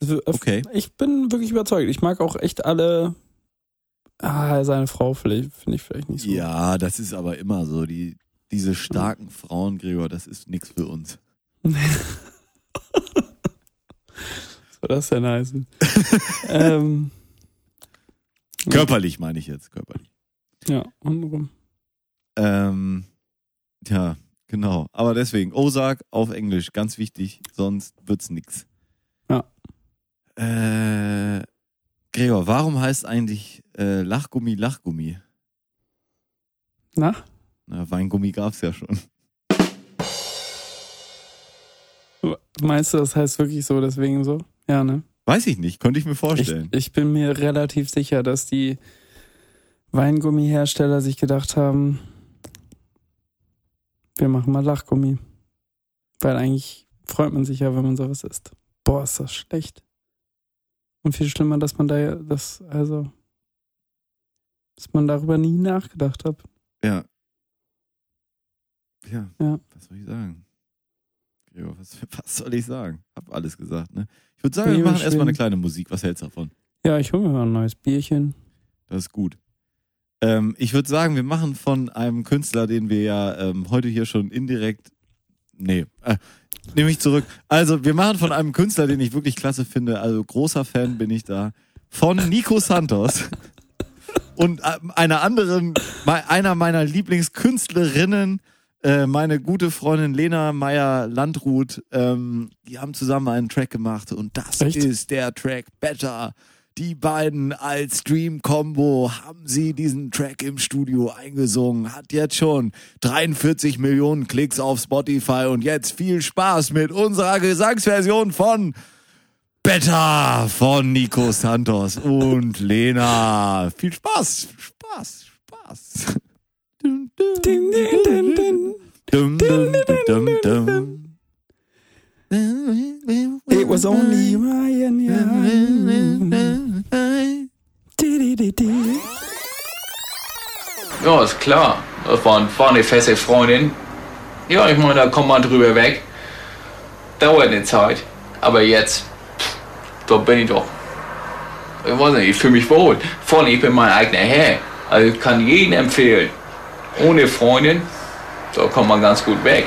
Also, äh,
Okay.
Ich bin wirklich überzeugt. Ich mag auch echt alle. Ah, seine Frau vielleicht finde ich vielleicht nicht so.
Ja, das ist aber immer so. Die, diese starken Frauen, Gregor, das ist nichts für uns.
So, das ist ja nice. ähm,
Körperlich meine ich jetzt, körperlich.
ja, untenrum.
Ähm, ja, genau. Aber deswegen, Ozark auf Englisch, ganz wichtig, sonst wird's nix.
Ja.
Äh, Gregor, warum heißt eigentlich äh, Lachgummi Lachgummi?
Na?
Na, Weingummi gab's ja schon.
Meinst du, das heißt wirklich so, deswegen so? Ja, ne?
Weiß ich nicht, könnte ich mir
Ich,
vorstellen.
ich bin mir relativ sicher, dass die Weingummihersteller sich gedacht haben, wir machen mal Lachgummi. Weil eigentlich freut man sich ja, wenn man sowas isst. Boah, ist das schlecht. Und viel schlimmer, dass man da ja- das, also, dass man darüber nie nachgedacht hat.
Ja. Ja.
Ja.
Was soll ich sagen? Gregor, was, was soll ich sagen? Hab alles gesagt, ne? Ich würde sagen, wir
Liebe
machen erstmal eine
Schweden.
kleine Musik. Was hältst du davon?
Ja, ich hole mir mal ein neues Bierchen.
Das ist gut. Ähm, ich würde sagen, wir machen von einem Künstler, den wir ja ähm, heute hier schon indirekt. Nee, äh, nehme ich zurück. Also, wir machen von einem Künstler, den ich wirklich klasse finde. Also, großer Fan bin ich da. Von Nico Santos. Und äh, einer anderen, mei- einer meiner Lieblingskünstlerinnen, äh, meine gute Freundin Lena Meyer-Landrut, ähm, die haben zusammen einen Track gemacht und das
Echt?
ist der Track Better. Die beiden als Stream-Combo haben sie diesen Track im Studio eingesungen. Hat jetzt schon 43 Millionen Klicks auf Spotify und jetzt viel Spaß mit unserer Gesangsversion von Better von Nico Santos und Lena. Viel Spaß, Spaß, Spaß. Dum, dum,
Ding, ding, ding, ding.
dum, dum, dum, dum, dum.
It was only Ryan, yeah. Di, di, di, di.
Ja, ist klar. Das waren, war eine feste Freundin. Ja, ich meine, da kommt man drüber weg. Dauert eine Zeit. Aber jetzt, pff, da bin ich doch. Ich weiß nicht, ich fühle mich wohl. Vor allem, ich bin mein eigener Herr. Also ich kann jeden empfehlen. Ohne Freundin, da kommt man ganz gut weg.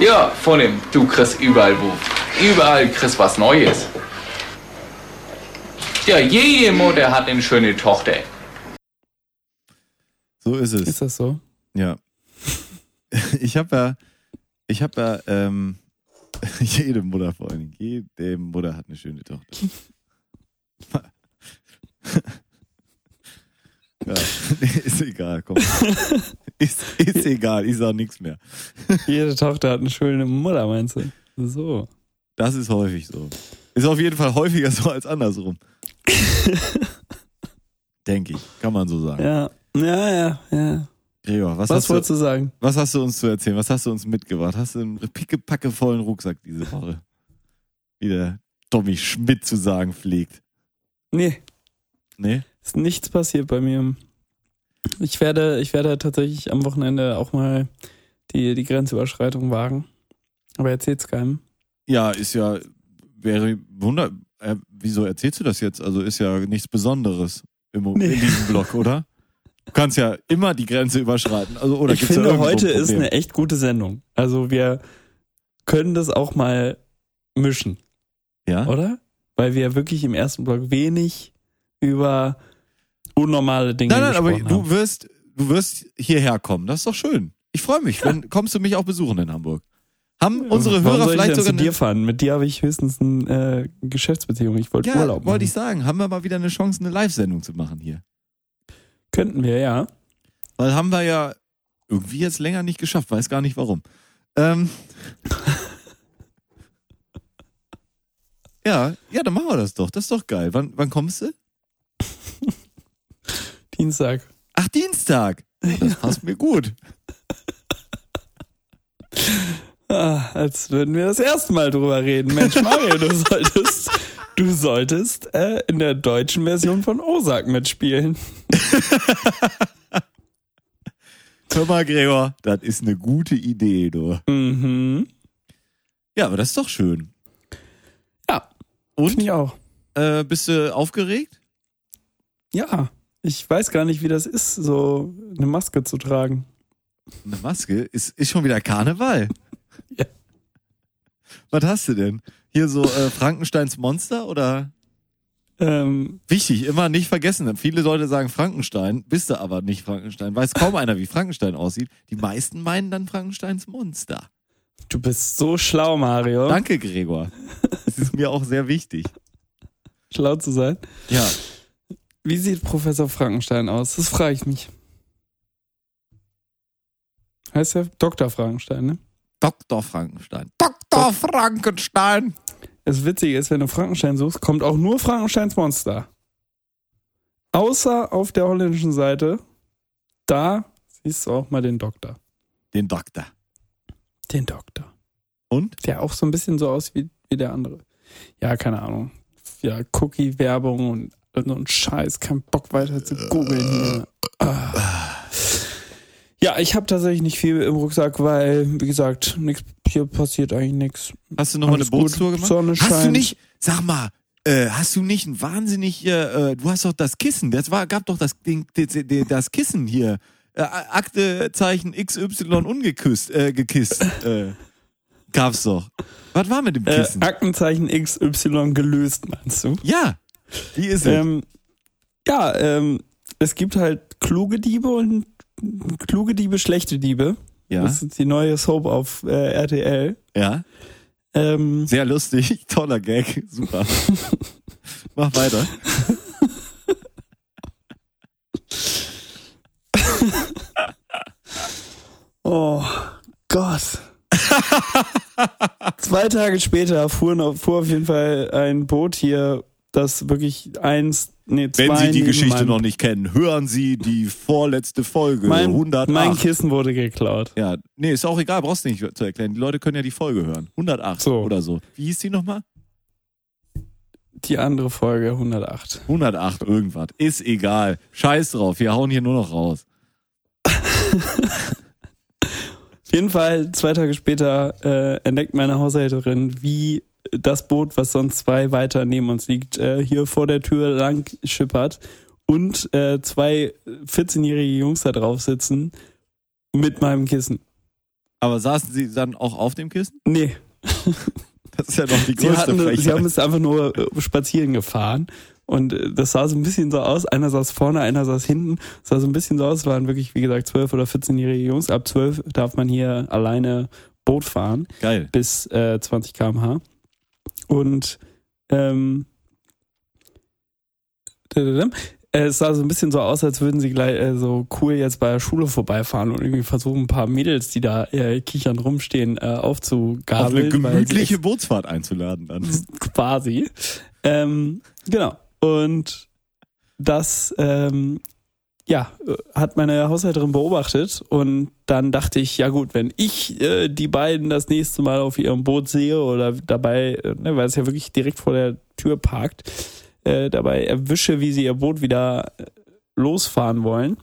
Ja, vor allem, du kriegst überall wo. Überall kriegst was Neues. Ja, jede Mutter hat eine schöne Tochter.
So ist es.
Ist das so?
Ja. Ich habe ja, ich habe ja, ähm, jede Mutter vor allen Dingen, jede Mutter hat eine schöne Tochter. ja, nee, ist egal, komm. Ist, ist egal, ich sag nichts mehr.
Jede Tochter hat eine schöne Mutter, meinst du? So.
Das ist häufig so. Ist auf jeden Fall häufiger so als andersrum. Denke ich, kann man so sagen.
Ja, ja, ja, ja.
Gregor, was,
Was
hast du,
wolltest du sagen?
was hast du uns zu erzählen? Was hast du uns mitgebracht? Hast du einen pickepackevollen Rucksack diese Woche? Wie der Tommy Schmidt zu sagen pflegt. ne?
Nee,
Nee?
ist nichts passiert bei mir. Ich werde, ich werde tatsächlich am Wochenende auch mal die, die Grenzüberschreitung wagen. Aber erzähl's keinem.
Ja, ist ja, wäre wunder. Äh, wieso erzählst du das jetzt? Also ist ja nichts Besonderes im,
Nee.
in diesem Blog, oder? Du kannst ja immer die Grenze überschreiten. Also, oder
ich
gibt's da
finde,
irgendwo ein
heute ist
Problem?
eine echt gute Sendung. Also wir können das auch mal mischen,
Ja?
oder? Weil wir wirklich im ersten Block wenig über unnormale Dinge
Nein, nein, aber
gesprochen haben.
du wirst, du wirst hierher kommen. Das ist doch schön. Ich freue mich. Wenn, kommst du mich auch besuchen in Hamburg? Haben Hm. unsere
Warum
Hörer
soll ich denn
vielleicht sogar
zu dir
eine,
fahren? Mit dir habe ich höchstens eine äh, Geschäftsbeziehung. Ich wollte Urlaub
ja,
machen.
wollte ich sagen, haben wir mal wieder eine Chance, eine Live-Sendung zu machen hier.
Könnten wir, ja.
Weil haben wir ja irgendwie jetzt länger nicht geschafft, weiß gar nicht warum. Ähm, ja, ja, dann machen wir das doch. Das ist doch geil. Wann, wann kommst du?
Dienstag.
Ach, Dienstag. Ja, das passt mir gut.
Ah, als würden wir das erste Mal drüber reden. Mensch, Mario, du solltest, du solltest äh, in der deutschen Version von Osak mitspielen.
Hör mal, Gregor, das ist eine gute Idee, du.
Mhm.
Ja, aber das ist doch schön.
Ja. Finde
Und?
ich auch.
Äh, bist du aufgeregt?
Ja. Ich weiß gar nicht, wie das ist, so eine Maske zu tragen.
Eine Maske? Ist, ist schon wieder Karneval.
Ja.
Was hast du denn? Hier so äh, Frankensteins Monster oder?
Ähm,
Wichtig, immer nicht vergessen. Viele Leute sagen Frankenstein, bist du aber nicht Frankenstein. Weiß kaum einer, wie Frankenstein aussieht. Die meisten meinen dann Frankensteins Monster.
du bist so schlau, Mario.
Danke, Gregor. Das ist mir auch sehr wichtig.
Schlau zu sein.
Ja.
Wie sieht Professor Frankenstein aus? Das frage ich mich. Heißt ja Dr. Frankenstein, ne?
Dr. Frankenstein. Dr. Frankenstein.
Das Witzige ist, wenn du Frankenstein suchst, kommt auch nur Frankensteins Monster. Außer auf der holländischen Seite. Da siehst du auch mal den Doktor.
Den Doktor.
Den Doktor.
Und?
Der auch so ein bisschen so aussieht wie der andere. Ja, keine Ahnung. ja, Cookie-Werbung und, und so ein Scheiß. Kein Bock weiter zu googeln hier. Ah. Ja, ich habe tatsächlich nicht viel im Rucksack, weil, wie gesagt, nix, hier passiert eigentlich nichts.
Hast du nochmal eine
Alles gut.
Bootstour gemacht?
Sonne
Hast du
scheint.
nicht, sag mal, äh, hast du nicht ein wahnsinnig hier, äh, du hast doch das Kissen, das war, gab doch das, Ding, die- die- die- das Kissen hier. Äh, Akte Zeichen XY ungeküsst, äh, gekisst. Äh, gab's doch. Was war mit dem
Äh,
Kissen?
Aktenzeichen XY gelöst, meinst du?
ja. Wie ist es?
Ähm, ja, ähm, es gibt halt kluge Diebe und kluge Diebe, schlechte Diebe.
ja,
Das ist die neue Soap auf äh, RTL.
ja.
Ähm,
Sehr lustig, toller Gag, super. Mach weiter.
oh Gott. Zwei Tage später fuhren auf, fuhr auf jeden Fall ein Boot hier, das wirklich eins, nee, zwei
Wenn Sie die
neben
Geschichte
meinem-
noch nicht kennen, hören Sie die vorletzte Folge,
mein,
108.
mein Kissen wurde geklaut.
Ja, nee, ist auch egal, brauchst nicht zu erklären. Die Leute können ja die Folge hören. 108
So.
oder so. Wie hieß die nochmal?
Die andere Folge 108.
108 irgendwas. Ist egal. Scheiß drauf, wir hauen hier nur noch raus.
Auf jeden Fall, zwei Tage später äh, entdeckt meine Haushälterin, wie das Boot, was sonst zwei weiter neben uns liegt, äh, hier vor der Tür lang schippert und äh, zwei 14-jährige Jungs da drauf sitzen mit meinem Kissen.
Aber saßen sie dann auch auf dem Kissen?
Nee,
Das ist ja doch die
sie,
größte
hatten, sie haben
Frechheit.
es einfach nur äh, spazieren gefahren. Und äh, das sah so ein bisschen so aus, einer saß vorne, einer saß hinten. Es sah so ein bisschen so aus, waren wirklich, wie gesagt, 12 oder 14-jährige Jungs. Ab 12 darf man hier alleine Boot fahren.
Geil.
bis äh, 20 km/h. Und ähm, dadadam. Äh, es sah so ein bisschen so aus, als würden sie gleich äh, so cool jetzt bei der Schule vorbeifahren und irgendwie versuchen, ein paar Mädels, die da äh, kichern rumstehen, äh,
Auf eine
aufzugabeln. weil sie
gemütliche Bootsfahrt einzuladen dann.
quasi. Ähm, genau. Und das, ähm, ja, äh, hat meine Haushälterin beobachtet und dann dachte ich, ja gut, wenn ich äh, die beiden das nächste Mal auf ihrem Boot sehe oder dabei, äh, ne, weil es ja wirklich direkt vor der Tür parkt, äh, dabei erwische, wie sie ihr Boot wieder äh, losfahren wollen,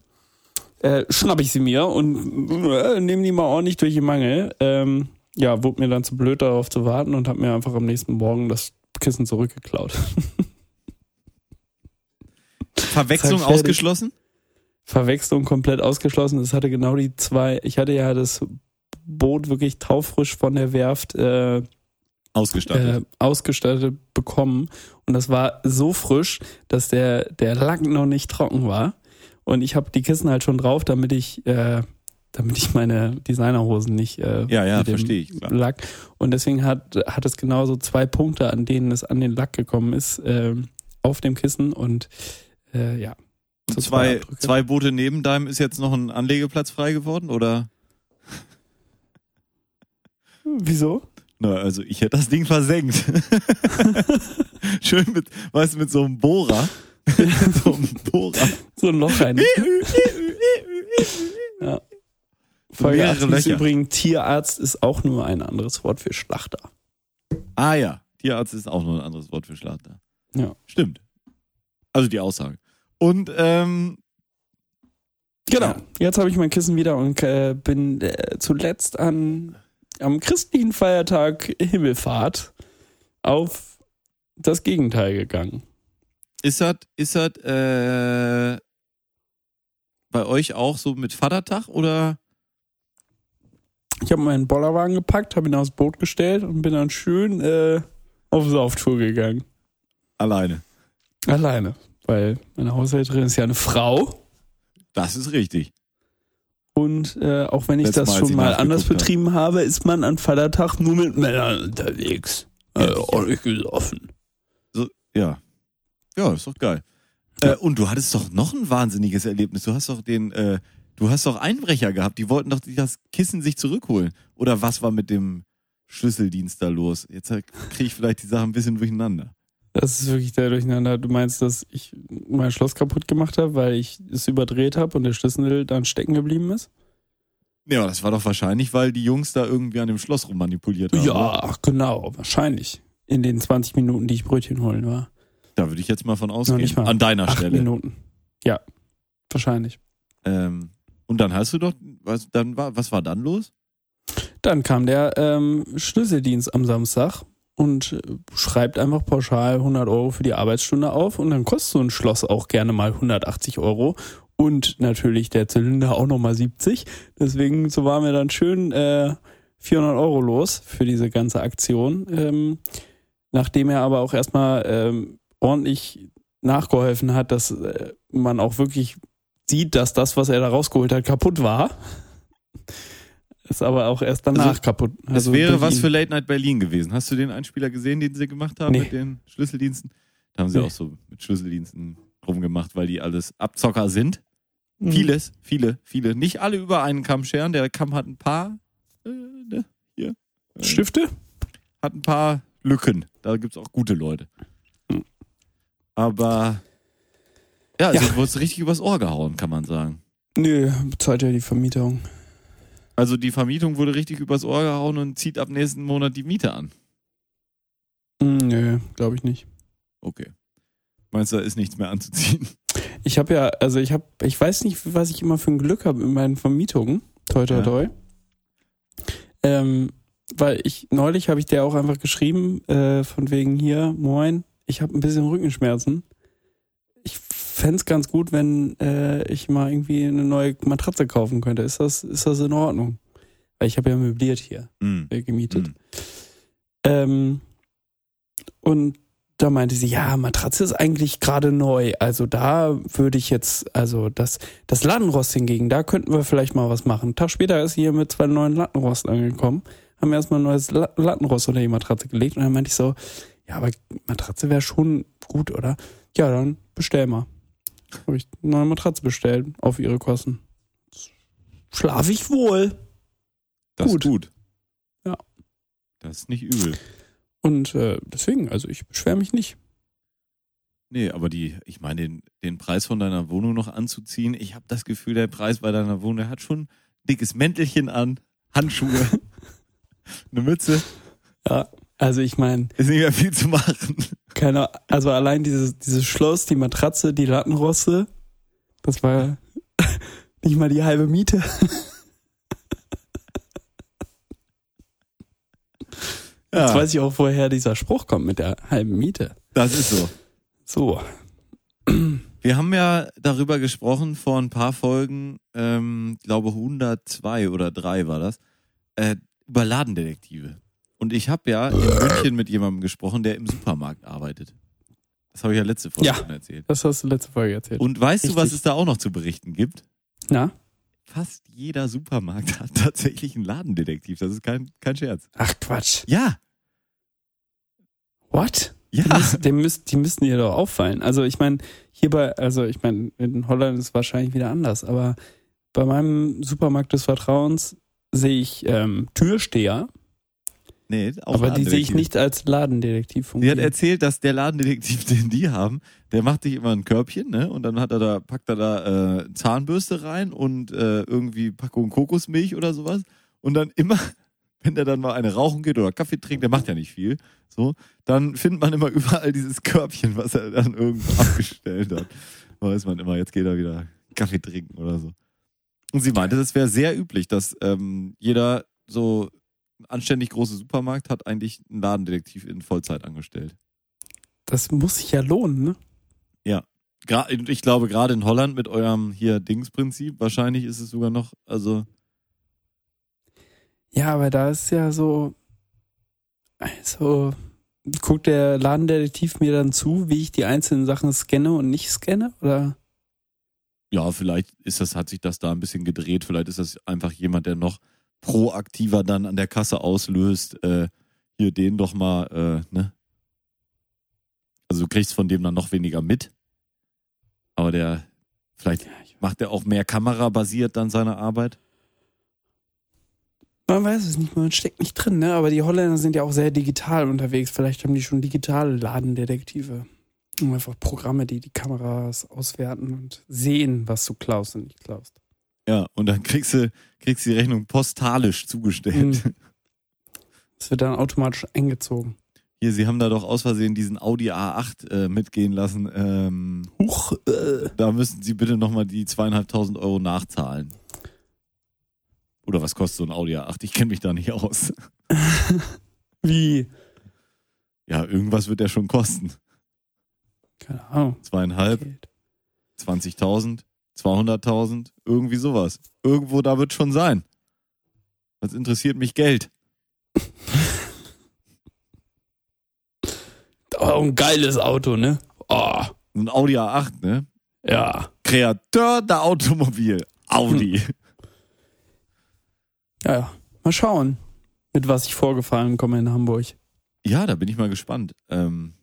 äh, schnapp ich sie mir und äh, nehme die mal ordentlich durch den Mangel. Ähm, ja, wurde mir dann zu blöd darauf zu warten und habe mir einfach am nächsten Morgen das Kissen zurückgeklaut. Zeit
Verwechslung
fertig.
ausgeschlossen?
Verwechslung komplett ausgeschlossen. Es hatte genau die zwei. Ich hatte ja das Boot wirklich taufrisch von der Werft äh,
Ausgestattet.
äh, ausgestattet bekommen. Und das war so frisch, dass der, der Lack noch nicht trocken war. Und ich habe die Kissen halt schon drauf, damit ich, äh, damit ich meine Designerhosen nicht äh,
ja, ja,
mit dem
verstehe ich. Klar.
Lack. Und deswegen hat, hat es genauso zwei Punkte, an denen es an den Lack gekommen ist, ähm, auf dem Kissen und äh, ja. So
Zwei,
Abdrücke.
zwei Boote neben deinem ist jetzt noch ein Anlegeplatz frei geworden, oder?
Hm, Wieso?
Na, also ich hätte das Ding versenkt. Schön mit, weißt du, mit so einem Bohrer. mit so einem Bohrer.
So ein Loch rein. ja. Folge
Mehrere
8 ist
Löcher.
übrigens Tierarzt ist auch nur ein anderes Wort für Schlachter.
Ah ja, Tierarzt ist auch noch ein anderes Wort für Schlachter.
Ja.
Stimmt. Also die Aussage. Und ähm,
Genau.
Ja.
Jetzt habe ich mein Kissen wieder und äh, bin äh, zuletzt an am christlichen Feiertag Himmelfahrt auf das Gegenteil gegangen.
ist das, ist das äh, bei euch auch so mit Vatertag oder?
Ich habe meinen Bollerwagen gepackt, habe ihn aufs Boot gestellt und bin dann schön äh, auf Sauftour gegangen.
Alleine.
Alleine. Weil meine Haushälterin ist ja eine Frau.
Das ist richtig.
Und äh, auch wenn ich
Letztes
das
Mal, als
schon
ich
mal anders
nachgeguckt hab.
betrieben habe, ist man an Vatertag nur mit Männern unterwegs.
Ja,
Äh,
sicher.
ordentlich gesoffen.
Ja. Ja, ist doch geil.
Ja.
Äh, und du hattest doch noch ein wahnsinniges Erlebnis. Du hast doch den, äh, du hast doch Einbrecher gehabt. Die wollten doch das Kissen sich zurückholen. Oder was war mit dem Schlüsseldienst da los? Jetzt kriege ich vielleicht die Sachen ein bisschen durcheinander.
Das ist wirklich der Durcheinander. Du meinst, dass ich mein Schloss kaputt gemacht habe, weil ich es überdreht habe und der Schlüssel dann stecken geblieben ist?
Ja, das war doch wahrscheinlich, weil die Jungs da irgendwie an dem Schloss rummanipuliert haben. ne?
Ja,
oder?
ach, genau, wahrscheinlich. In den 20 Minuten, die ich Brötchen holen war.
Da würde ich jetzt mal von
Noch
ausgehen.
nicht mal.
An deiner
Acht
Stelle.
Minuten. Ja, wahrscheinlich.
Ähm, und dann hast du doch, was, dann war, was war dann los?
Dann kam der ähm, Schlüsseldienst am Samstag und äh, schreibt einfach pauschal 100 Euro für die Arbeitsstunde auf und dann kostet so ein Schloss auch gerne mal 180 Euro und natürlich der Zylinder auch nochmal 70. Deswegen so waren wir dann schön äh, 400 Euro los für diese ganze Aktion. Ähm, nachdem er aber auch erstmal ähm, ordentlich nachgeholfen hat, dass äh, man auch wirklich sieht, dass das, was er da rausgeholt hat, kaputt war. Ist aber auch erst danach
Also,
kaputt.
Das
Also
wäre
durch
was
ihn.
für Late Night Berlin gewesen. Hast du den Einspieler gesehen, den sie gemacht haben
Nee.
mit den Schlüsseldiensten? Da haben sie
Nee.
auch so mit Schlüsseldiensten rumgemacht, weil die alles Abzocker sind.
Mhm.
Vieles, viele, viele. Nicht alle über einen Kamm scheren. Der Kamm hat ein paar, äh, ne,
Stifte?
hat ein paar Lücken. Da gibt's auch gute Leute.
Hm.
Aber ja, also
Ja.
wurde es richtig übers Ohr gehauen, kann man sagen.
Nö, bezahlt ja die Vermietung.
Also die Vermietung wurde richtig übers Ohr gehauen und zieht ab nächsten Monat die Miete an.
Hm, Nö, glaube ich nicht.
Okay. Meinst du, da ist nichts mehr anzuziehen?
Ich habe ja, also ich habe, ich weiß nicht, was ich immer für ein Glück habe in meinen Vermietungen. Toi, toi,
Ja.
toi. Ähm, weil ich, neulich habe ich der auch einfach geschrieben, äh, von wegen hier, moin, ich habe ein bisschen Rückenschmerzen. Ich fänd's ganz gut, wenn äh, ich mal irgendwie eine neue Matratze kaufen könnte. Ist das, ist das in Ordnung? Weil ich habe ja möbliert hier,
Hm.
äh, gemietet.
Hm.
Ähm, und da meinte sie, ja, Matratze ist eigentlich gerade neu. Also da würde ich jetzt, also das, das Lattenrost hingegen, da könnten wir vielleicht mal was machen. Einen Tag später ist sie hier mit zwei neuen Lattenrost angekommen, haben erstmal ein neues La Lattenrost unter die Matratze gelegt und dann meinte ich so, ja, aber Matratze wäre schon gut, oder? Ja, dann bestell mal. Habe ich eine neue Matratze bestellt, auf ihre Kosten. Schlaf ich wohl.
Das
Gut.
ist gut.
Ja.
Das ist nicht übel.
Und äh, deswegen, also ich beschwere mich nicht.
Nee, aber die, ich meine, den, den Preis von deiner Wohnung noch anzuziehen, ich habe das Gefühl, der Preis bei deiner Wohnung, der hat schon ein dickes Mäntelchen an, Handschuhe, eine Mütze,
Ja, also ich meine,
ist nicht mehr viel zu machen.
keine, also allein dieses, dieses Schloss, die Matratze, die Lattenrosse, das war nicht mal die halbe Miete. Jetzt weiß ich auch, woher dieser Spruch kommt mit der halben Miete.
das ist so.
So.
Wir haben ja darüber gesprochen vor ein paar Folgen, ähm, glaube 102 oder 3 war das, äh, über Ladendetektive. Und ich habe ja in
Äh.
München mit jemandem gesprochen, der im Supermarkt arbeitet. Das habe ich ja letzte Folge
Ja.
schon erzählt.
Das hast du letzte Folge erzählt.
Und weißt du, was
Richtig.
es da auch noch zu berichten gibt?
Na?
Fast jeder Supermarkt hat tatsächlich einen Ladendetektiv. Das ist kein, kein Scherz.
Ach Quatsch.
Ja,
What?
ja.
Dem müsst, die müssten dir doch auffallen. Also ich meine, hierbei, also ich meine, in Holland ist es wahrscheinlich wieder anders, aber bei meinem Supermarkt des Vertrauens sehe ich ähm, Türsteher,
Nee, auch
Aber die sehe ich
Ladendetektiv.
nicht als Ladendetektiv
Sie hat
fungieren.
erzählt, dass der Ladendetektiv, den die haben, der macht sich immer ein Körbchen, ne? Und dann hat er da, packt er da äh, Zahnbürste rein und äh, irgendwie Packung Kokosmilch oder sowas. Und dann immer, wenn der dann mal eine rauchen geht oder Kaffee trinkt, der macht ja nicht viel, so, dann findet man immer überall dieses Körbchen, was er dann irgendwo abgestellt hat. Da Weiß man immer, jetzt geht er wieder Kaffee trinken oder so. Und sie meinte, das wäre sehr üblich, dass ähm, jeder so ein anständig großer Supermarkt hat eigentlich einen Ladendetektiv in Vollzeit angestellt.
Das muss sich ja lohnen, ne?
Gra ich glaube, gerade in Holland mit eurem hier Dingsprinzip, wahrscheinlich ist es sogar noch, also
Ja, aber da ist ja so. Also, guckt der Ladendetektiv mir dann zu, wie ich die einzelnen Sachen scanne und nicht scanne? Oder?
ja, vielleicht ist das, hat sich das da ein bisschen gedreht, vielleicht ist das einfach jemand, der noch proaktiver dann an der Kasse auslöst, äh, hier den doch mal, äh, ne? Also du kriegst von dem dann noch weniger mit. Aber der, vielleicht macht er auch mehr kamerabasiert dann seine Arbeit.
Man weiß es nicht, man steckt nicht drin, ne? Aber die Holländer sind ja auch sehr digital unterwegs. Vielleicht haben die schon digitale Ladendetektive. Und einfach Programme, die die Kameras auswerten und sehen, was du klaust und nicht klaust.
Ja, und dann kriegst du, kriegst die Rechnung postalisch zugestellt.
Mhm. Das wird dann automatisch eingezogen.
Hier, sie haben da doch aus Versehen diesen Audi A8 äh, mitgehen lassen. Ähm,
Huch, äh,
da müssen sie bitte nochmal die zweieinhalbtausend Euro nachzahlen. Oder was kostet so ein Audi A8? Ich kenne mich da nicht aus.
wie?
Ja, irgendwas wird der schon kosten.
Keine Ahnung.
Zweieinhalb, 20.000, 200.000, irgendwie sowas. Irgendwo da wird schon sein. Das interessiert mich Geld.
Aber ein geiles Auto, ne? Oh,
Ein Audi A8, ne?
ja.
Kreateur der Automobil. Audi.
Ja, ja. Mal schauen, mit was ich vorgefahren komme in Hamburg.
Ja, da bin ich mal gespannt. Ähm,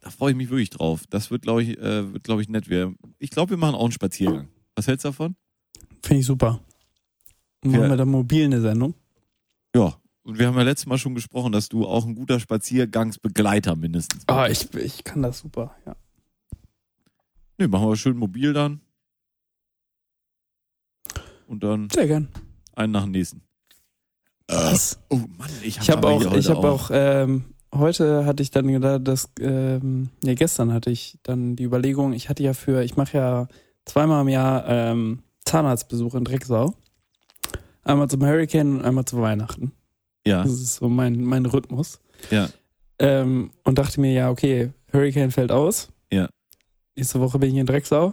da freue ich mich wirklich drauf. Das wird, glaube ich, äh, wird, glaube ich, nett. Wir, ich glaube, wir machen auch einen Spaziergang. Was hältst du davon?
Finde ich super. Und
Ja.
machen wir da mobil eine Sendung?
Ja. Und wir haben ja letztes Mal schon gesprochen, dass du auch ein guter Spaziergangsbegleiter mindestens bist.
Ah, ich, ich kann das super, ja.
Nee, machen wir schön mobil dann. Und dann
Sehr gern.
einen nach dem nächsten.
Was?
Oh Mann, ich
Ich habe
aber hier
auch,
heute
ich habe auch, ähm, heute hatte ich dann gedacht, dass, ähm, nee, gestern hatte ich dann die Überlegung, ich hatte ja für, ich mache ja zweimal im Jahr ähm, Zahnarztbesuch in Drecksau. Einmal zum Hurricane und einmal zu Weihnachten.
Ja,
Das ist so mein, mein Rhythmus.
ja.
Ähm, und dachte mir, ja, okay, Hurricane fällt aus.
Ja.
Nächste Woche bin ich in Drecksau.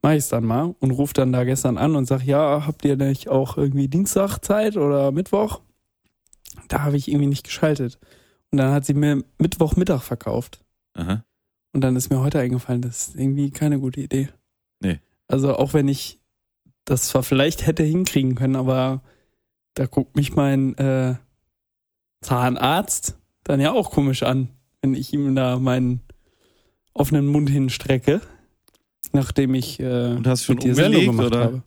Mach ich's dann mal und ruf dann da gestern an und sag, ja, habt ihr nicht auch irgendwie Dienstag Zeit oder Mittwoch? Da habe ich irgendwie nicht geschaltet. Und dann hat sie mir Mittwochmittag verkauft.
Aha.
Und dann ist mir heute eingefallen, das ist irgendwie keine gute Idee.
Nee.
Also auch wenn ich das zwar vielleicht hätte hinkriegen können, aber da guckt mich mein äh, Zahnarzt dann ja auch komisch an, wenn ich ihm da meinen offenen Mund hinstrecke, nachdem ich äh,
Und hast schon
mit dir Sendung
umgelegt, oder?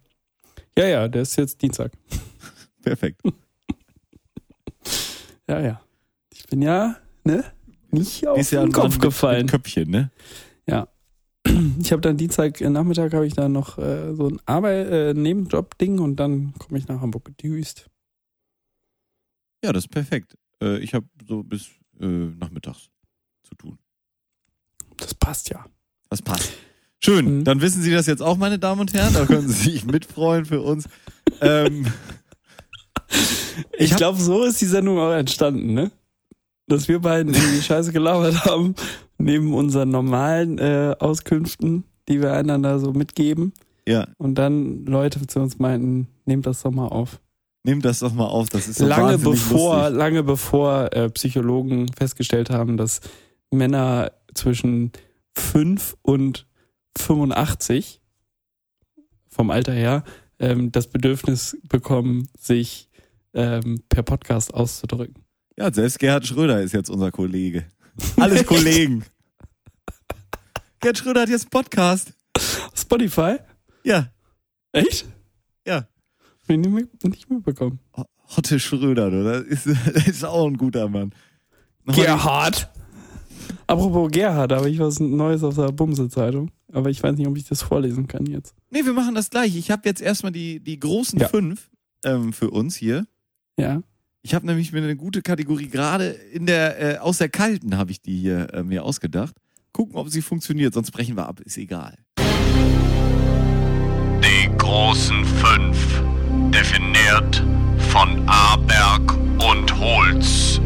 Ja, ja, der ist jetzt Dienstag.
Perfekt.
Ja, ja. Ich bin ja, ne, nicht auf
Ist ja
den
ein Mann
Kopf
mit-
gefallen.
Mit Köpfchen, ne?
Ich habe dann Dienstag äh, Nachmittag habe ich dann noch äh, so ein Arbeit äh, Nebenjob Ding und dann komme ich nach Hamburg gedüst.
Ja, das ist perfekt. Äh, ich habe so bis äh, nachmittags zu tun.
Das passt ja.
Das passt. Schön,
Mhm.
dann wissen Sie das jetzt auch, meine Damen und Herren. Da können Sie sich mitfreuen für uns. Ähm,
Ich,
Ich hab-
glaube, so ist die Sendung auch entstanden, ne? Dass wir beiden irgendwie Scheiße gelabert haben neben unseren normalen äh, Auskünften, die wir einander so mitgeben
ja,
und dann Leute zu uns meinten, nehmt das doch mal auf.
nehmt das doch mal auf. Das ist so
lange
wahnsinnig
bevor,
lustig.
lange bevor äh, Psychologen festgestellt haben, dass Männer zwischen 5 und 85 vom Alter her ähm, das Bedürfnis bekommen, sich ähm, per Podcast auszudrücken.
Ja, selbst Gerhard Schröder ist jetzt unser Kollege. Alles
Echt?
Kollegen. Gerhard Schröder hat jetzt einen Podcast.
Spotify?
Ja,
Echt?
Ja.
Hab ich nicht mehr- nicht mitbekommen.
Hotte Schröder, du. Das ist, das ist auch ein guter Mann. Nochmal die-
Gerhard! Apropos Gerhard, habe ich was Neues aus der Bumse-Zeitung. Aber ich weiß nicht, ob ich das vorlesen kann jetzt.
Nee, wir machen das gleich. Ich habe jetzt erstmal die, die großen
Ja.
fünf ähm, für uns hier.
Ja.
Ich habe nämlich mir eine gute Kategorie gerade in der äh, aus der kalten habe ich die hier äh, mir ausgedacht. Gucken, ob sie funktioniert, sonst brechen wir ab, ist egal.
Die großen fünf, definiert von Aberg und Holz.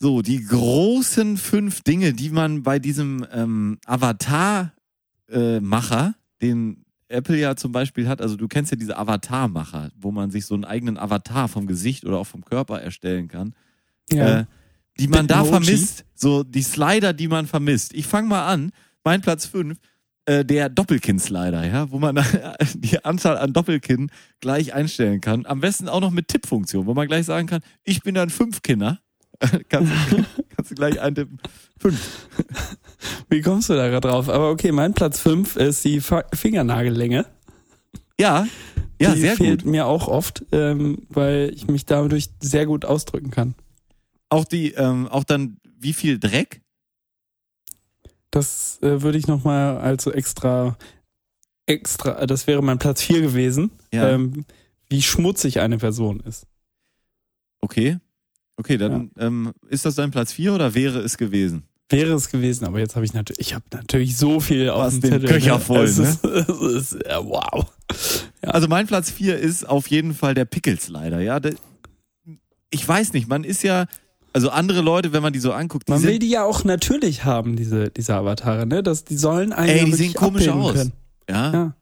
So, die großen fünf Dinge, die man bei diesem ähm, Avatar-Macher, den Apple ja zum Beispiel hat, also du kennst ja diese Avatar-Macher, wo man sich so einen eigenen Avatar vom Gesicht oder auch vom Körper erstellen kann. äh, die man da
Bitmoji.
vermisst, so die Slider, die man vermisst. Ich fange mal an, mein Platz 5, äh, der Doppelkinn-Slider, ja, wo man die Anzahl an Doppelkinn gleich einstellen kann. Am besten auch noch mit Tippfunktion, wo man gleich sagen kann, ich bin ein Fünfkinner. kannst, du, kannst du gleich eintippen. Fünf.
Wie kommst du da gerade drauf? Aber okay, mein Platz 5 ist die Fa Fingernagellänge.
Ja, ja,
die
sehr
fehlt
gut.
mir auch oft, ähm, weil ich mich dadurch sehr gut ausdrücken kann.
Auch die, ähm, auch dann, wie viel Dreck?
Das äh, würde ich nochmal also extra, extra, äh, das wäre mein Platz 4 gewesen,
Ja.
ähm, wie schmutzig eine Person ist.
Okay. Okay, dann ähm, ist das dein Platz 4 oder wäre es gewesen?
Wäre es gewesen, aber jetzt habe ich natürlich, ich habe natürlich so viel auf
Was
dem
den
Zettel.
Köcher voll,
es
ne?
Ist, es ist, ja, wow.
Also mein Platz 4 ist auf jeden Fall der Pickles leider, ja. Der, ich weiß nicht, man ist ja, also andere Leute, wenn man die so anguckt, die
Man
sind,
will die ja auch natürlich haben, diese, diese Avatare, ne? Das, die sollen eigentlich.
ey, die sehen komisch aus.
Können.
Ja.
Ja.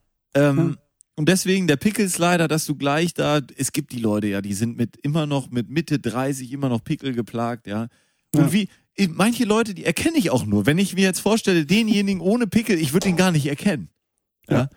Ähm,
Ja.
Und deswegen der Pickels leider, dass du gleich da, es gibt die Leute ja, die sind mit immer noch mit Mitte 30 immer noch Pickel geplagt, ja. Und
Ja.
wie, eh, manche Leute, die erkenne ich auch nur. Wenn ich mir jetzt vorstelle, denjenigen ohne Pickel, ich würde ihn gar nicht erkennen. Ja.
Ja.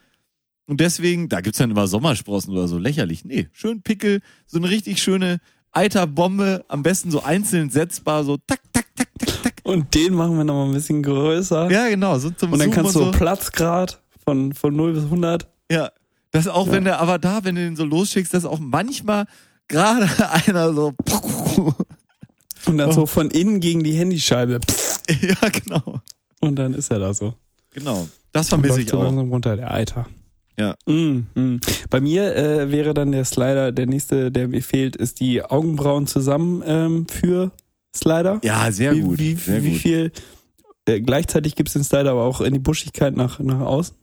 Und deswegen, da gibt's dann immer Sommersprossen oder so, lächerlich. Nee, schön Pickel, so eine richtig schöne Eiterbombe, am besten so einzeln setzbar, so tak, tak, tak, tak, tak.
Und den machen wir nochmal ein bisschen größer.
Ja, genau, so zum
und dann
Zoomen
kannst
und
du
so.
Platzgrad von, von 0 bis 100.
Ja, das auch wenn der Avatar, wenn du den so losschickst, dass auch manchmal gerade einer so.
Und
Oh.
dann so von innen gegen die Handyscheibe. Pff.
ja, genau.
Und dann ist er da so.
Genau. Das vermisse
Läuft
ich
so
auch.
langsam runter, der Alter.
Ja.
Mm, mm. Bei mir äh, wäre dann der Slider, der nächste, der mir fehlt, ist die Augenbrauen zusammen ähm, für Slider.
Ja, sehr
wie,
gut.
Wie,
sehr
wie
gut.
viel? Äh, gleichzeitig gibt's den Slider aber auch in die Buschigkeit nach, nach außen.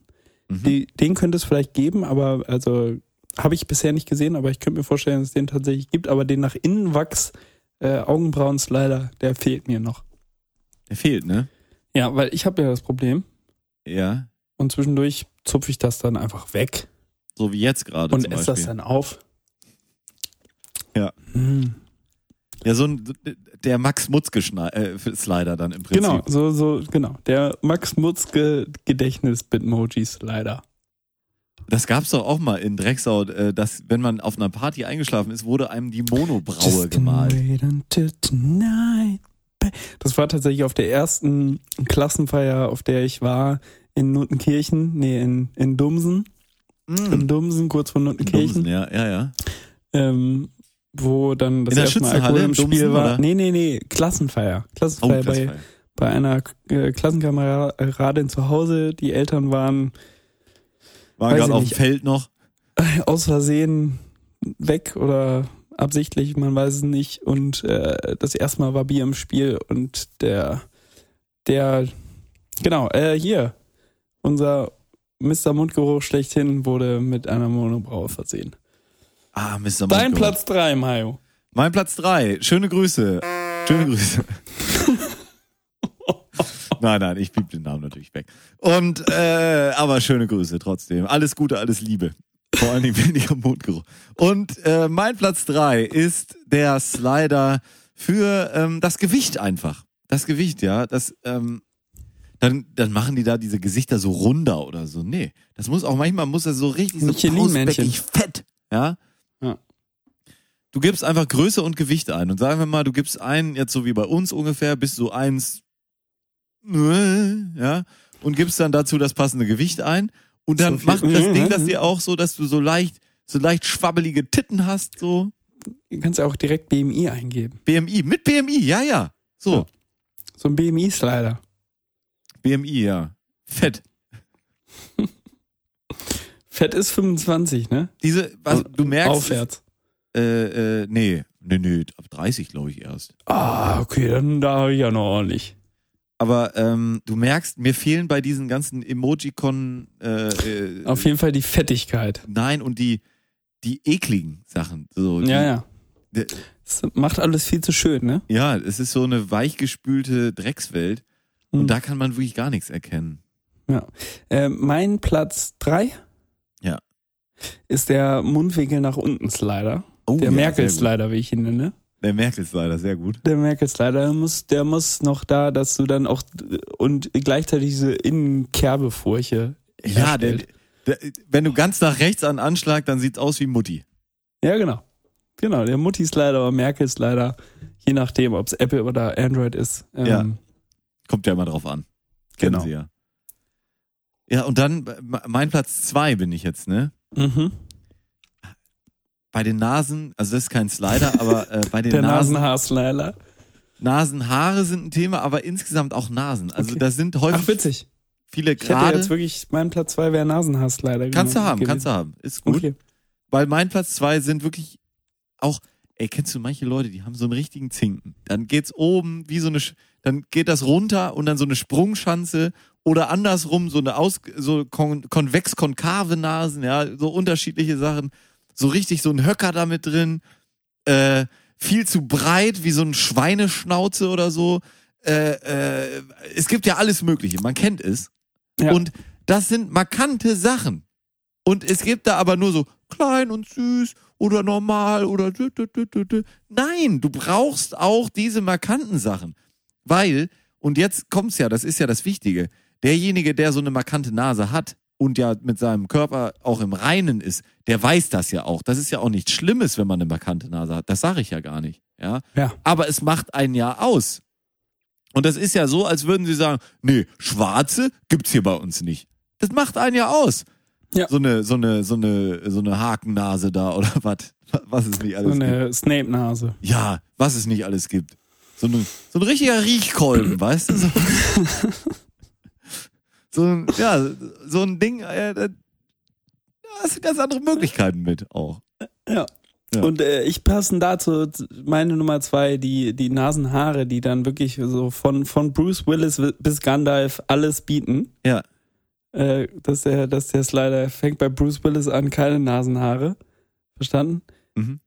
Mhm.
Die, den könnte es vielleicht geben, aber also habe ich bisher nicht gesehen, aber ich könnte mir vorstellen, dass es den tatsächlich gibt. Aber den nach innen Wachs äh, Augenbrauen-Slider, der fehlt mir noch.
Der fehlt, ne?
Ja, weil ich habe ja das Problem
Ja.
und zwischendurch zupfe ich das dann einfach weg
So wie jetzt gerade.
und
zum
esse
Beispiel.
das dann auf.
Ja.
Hm.
Ja, so ein, der Max Mutz geschnei- äh, Slider dann im Prinzip.
Genau, so, so, genau. Der Max Mutzke Gedächtnis-Bitmoji-Slider.
Das gab's doch auch mal in Drecksau, äh, dass wenn man auf einer Party eingeschlafen ist, wurde einem die Monobraue
Just can
gemalt.
wait until tonight. Das war tatsächlich auf der ersten Klassenfeier, auf der ich war, in Nuttenkirchen, nee, in, in Dumsen,
Mm.
in Dumsen, kurz vor
In
Nuttenkirchen,
Dumsen, ja, ja, ja.
ähm, wo dann das
In der
erste Mal
Schützenhalle
Alkohol im
in Dumsen,
Spiel war.
oder?
Nee, nee, nee, Klassenfeier.
Oh,
Klassenfeier
das
bei,
war-
bei einer äh, Klassenkameradin zu Hause. Die Eltern waren
War
weiß
gerade
ich
auf dem
nicht.
Feld noch.
aus Versehen weg oder absichtlich, man weiß es nicht. Und äh, das erste Mal war Bier im Spiel und der, der, genau, äh, hier, unser Mr. Mundgeruch schlechthin wurde mit einer Monobraue versehen.
Ah, Mr.
Dein
Mundgeruch.
Platz 3, Mayo.
Mein Platz drei. Schöne Grüße. Schöne Grüße. nein, nein, ich piep den Namen natürlich weg. Und, äh, aber schöne Grüße trotzdem. Alles Gute, alles Liebe. Vor allen Dingen weniger Mondgeruch. Und äh, mein Platz drei ist der Slider für ähm, das Gewicht einfach. Das Gewicht, ja. Das, ähm, dann, dann machen die da diese Gesichter so runder oder so. Nee, das muss auch manchmal, muss er so richtig so
Michelin-Männchen.
pausbäckig fett. Ja?
Ja.
Du gibst einfach Größe und Gewicht ein. Und sagen wir mal, du gibst einen, jetzt so wie bei uns ungefähr, bis so eins, ja, und gibst dann dazu das passende Gewicht ein. Und dann
So viel-
macht das
Mhm.
Ding das dir auch so, dass du so leicht, so leicht schwabbelige Titten hast, so.
Du kannst ja auch direkt BMI eingeben.
BMI, mit BMI, ja, ja. So,
So ein BMI-Slider.
BMI, ja. Fett.
Fett ist 25, ne?
Diese, was, du merkst.
Aufwärts.
Äh, äh, nee, nee, nee, ab 30 glaube ich erst.
Ah, okay, dann da habe ich ja noch ordentlich.
Aber ähm, du merkst, mir fehlen bei diesen ganzen Emojicon äh, äh,
Auf jeden Fall die Fettigkeit.
Nein, und die, die ekligen Sachen. So, die,
Ja, ja.
Der-
Das macht alles viel zu schön, ne?
ja, es ist so eine weichgespülte Dreckswelt und
Mhm.
da kann man wirklich gar nichts erkennen.
Äh, mein Platz drei
Ja.
ist der Mundwinkel nach unten Slider.
Oh,
Der
ja,
Merkel
sehr gut.
Slider, wie ich ihn nenne.
Der Merkel Slider, sehr gut.
Der Merkel Slider der muss, der muss noch da, dass du dann auch und gleichzeitig diese Innenkerbefurche.
Ja, der,
herstellt.
der, wenn du ganz nach rechts an Anschlag, dann sieht's aus wie Mutti.
Ja, genau. Genau, der Mutti Slider oder Merkel Slider, je nachdem, ob es Apple oder Android ist. Ähm,
Ja. Kommt ja immer drauf an. Kennen
Genau.
Sie ja. Ja, und dann äh, mein Platz zwei bin ich jetzt, ne?
Mhm.
Bei den Nasen, also das ist kein Slider, aber äh, bei den
Der
Nasen,
Nasenhaar Slider.
Nasenhaare sind ein Thema, aber insgesamt auch Nasen. Also
Okay.
da sind häufig
Ach, witzig.
viele
Ich hätte
gerade.
jetzt wirklich, mein Platz zwei wäre Nasenhaar Slider.
Kannst du haben, kannst du haben. Ist gut.
Okay.
Weil mein Platz zwei sind wirklich auch, ey, Ey, kennst du manche Leute, die haben so einen richtigen Zinken. Dann geht's oben wie so eine, Sch- dann geht das runter und dann so eine Sprungschanze oder andersrum so eine aus, so kon konvex konkave Nasen, ja, so unterschiedliche Sachen. So richtig so ein Höcker damit drin, äh, viel zu breit wie so ein Schweineschnauze oder so. Äh, äh, es gibt ja alles Mögliche, man kennt es.
Ja.
Und das sind markante Sachen. Und es gibt da aber nur so klein und süß oder normal oder. dü- dü- dü- dü- dü. Nein, du brauchst auch diese markanten Sachen. Weil, und jetzt kommt's ja, das ist ja das Wichtige, derjenige, der so eine markante Nase hat und ja mit seinem Körper auch im Reinen ist, der weiß das ja auch. Das ist ja auch nichts Schlimmes, wenn man eine markante Nase hat. Das sage ich ja gar nicht. Ja?
Ja.
Aber es macht einen ja aus. Und das ist ja so, als würden sie sagen, nee, Schwarze gibt's hier bei uns nicht. Das macht einen ja aus.
Ja.
So eine, so eine, so eine, so eine Hakennase da oder was? Was ist nicht alles?
So
gibt.
eine Snape-Nase.
Ja, was es nicht alles gibt. So ein, so ein richtiger Riechkolben, weißt du? So, so ein, ja, so ein Ding, äh, da da hast du ganz andere Möglichkeiten mit auch.
Ja.
Ja.
Und äh, ich passen dazu z- meine Nummer zwei, die, die Nasenhaare, die dann wirklich so von, von Bruce Willis wi- bis Gandalf alles bieten.
Ja.
Äh, dass der, dass der Slider fängt bei Bruce Willis an, keine Nasenhaare. Verstanden?
Mhm.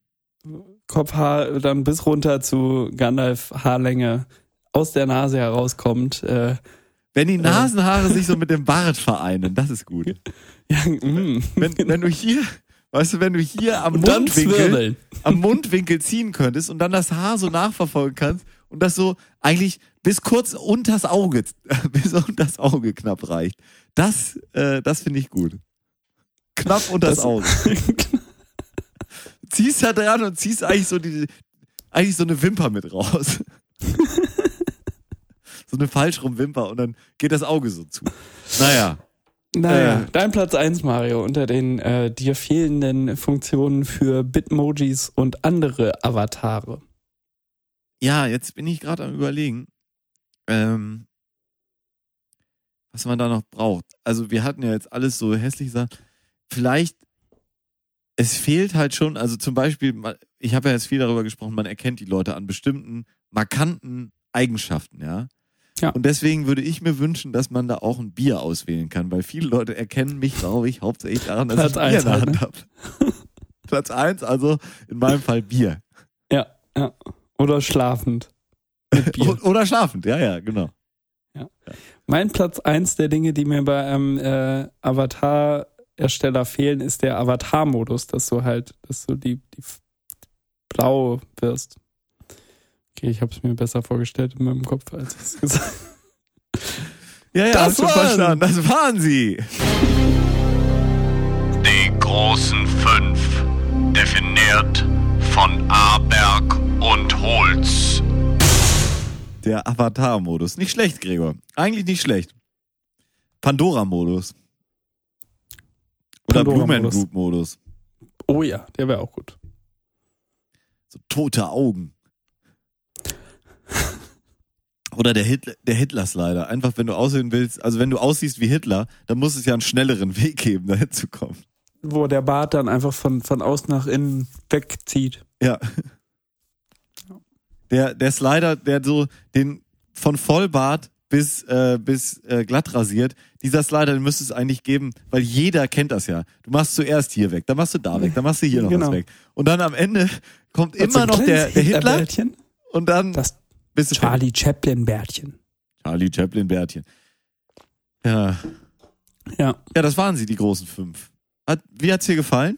Kopfhaar dann bis runter zu Gandalf Haarlänge aus der Nase herauskommt. Äh,
Wenn die Nasenhaare sich so mit dem Bart vereinen, das ist gut.
ja, mm.
Wenn, wenn du hier, weißt du, wenn du hier am
Und dann
Mundwinkel,
zwirbeln.
am Mundwinkel ziehen könntest und dann das Haar so nachverfolgen kannst und das so eigentlich bis kurz unters Auge, bis unters Auge knapp reicht. Das, äh, das finde ich gut. Knapp unters
Das-
Auge. Ziehst da dran und ziehst eigentlich so die, eigentlich so eine Wimper mit raus. so eine falsch rum Wimper und dann geht das Auge so zu. Naja.
Naja,
Äh.
dein Platz 1, Mario, unter den äh, dir fehlenden Funktionen für Bitmojis und andere Avatare.
Ja, jetzt bin ich gerade am überlegen, ähm, was man da noch braucht. Also wir hatten ja jetzt alles so hässlich Sachen. Vielleicht, es fehlt halt schon, also zum Beispiel, ma- ich habe ja jetzt viel darüber gesprochen, man erkennt die Leute an bestimmten markanten Eigenschaften, ja.
Ja.
Und deswegen würde ich mir wünschen, dass man da auch ein Bier auswählen kann, weil viele Leute erkennen mich, glaube ich, hauptsächlich daran, dass
Platz
ich ein Bier
eins
in der
halt,
Hand
ne?
habe. Platz eins, also in meinem Fall Bier.
Ja, ja. Oder schlafend. Mit Bier.
O- Oder schlafend, ja, ja, genau.
mein Platz 1 der Dinge, die mir bei einem äh, Avatar-Ersteller fehlen, ist der Avatar-Modus, dass du halt, dass du die, die f- blau wirst. Okay, ich habe es mir besser vorgestellt in meinem Kopf, als ich es gesagt habe.
Ja, ja,
Das
hab schon
waren-
verstanden. Das waren sie.
Die großen fünf, definiert von Aberg und Holz.
Der Avatar-Modus. Nicht schlecht, Gregor. Eigentlich nicht schlecht. Pandora-Modus. Oder
Pandora-Modus.
Blumen Group-Modus.
Oh ja, der wäre auch gut.
So tote Augen. Oder der, Hitler, der Hitler-Slider. Einfach, wenn du aussehen willst, also wenn du aussiehst wie Hitler, dann muss es ja einen schnelleren Weg geben, dahin zu kommen.
Wo der Bart dann einfach von, von außen nach innen wegzieht.
Ja. Der, der Slider, der so den von Vollbart bis, äh, bis äh, glatt rasiert, dieser Slider, den müsste es eigentlich geben, weil jeder kennt das ja. Du machst zuerst hier weg, dann machst du da weg, dann machst du hier noch
Genau.
was weg. Und dann am Ende kommt immer noch der, der Hitler
Hitlerbärtchen?
und dann
Das
bist du
Charlie Chaplin-Bärtchen.
Charlie Chaplin Bärtchen. Ja.
Ja.
ja, das waren sie, die großen fünf. Hat, wie hat's dir gefallen?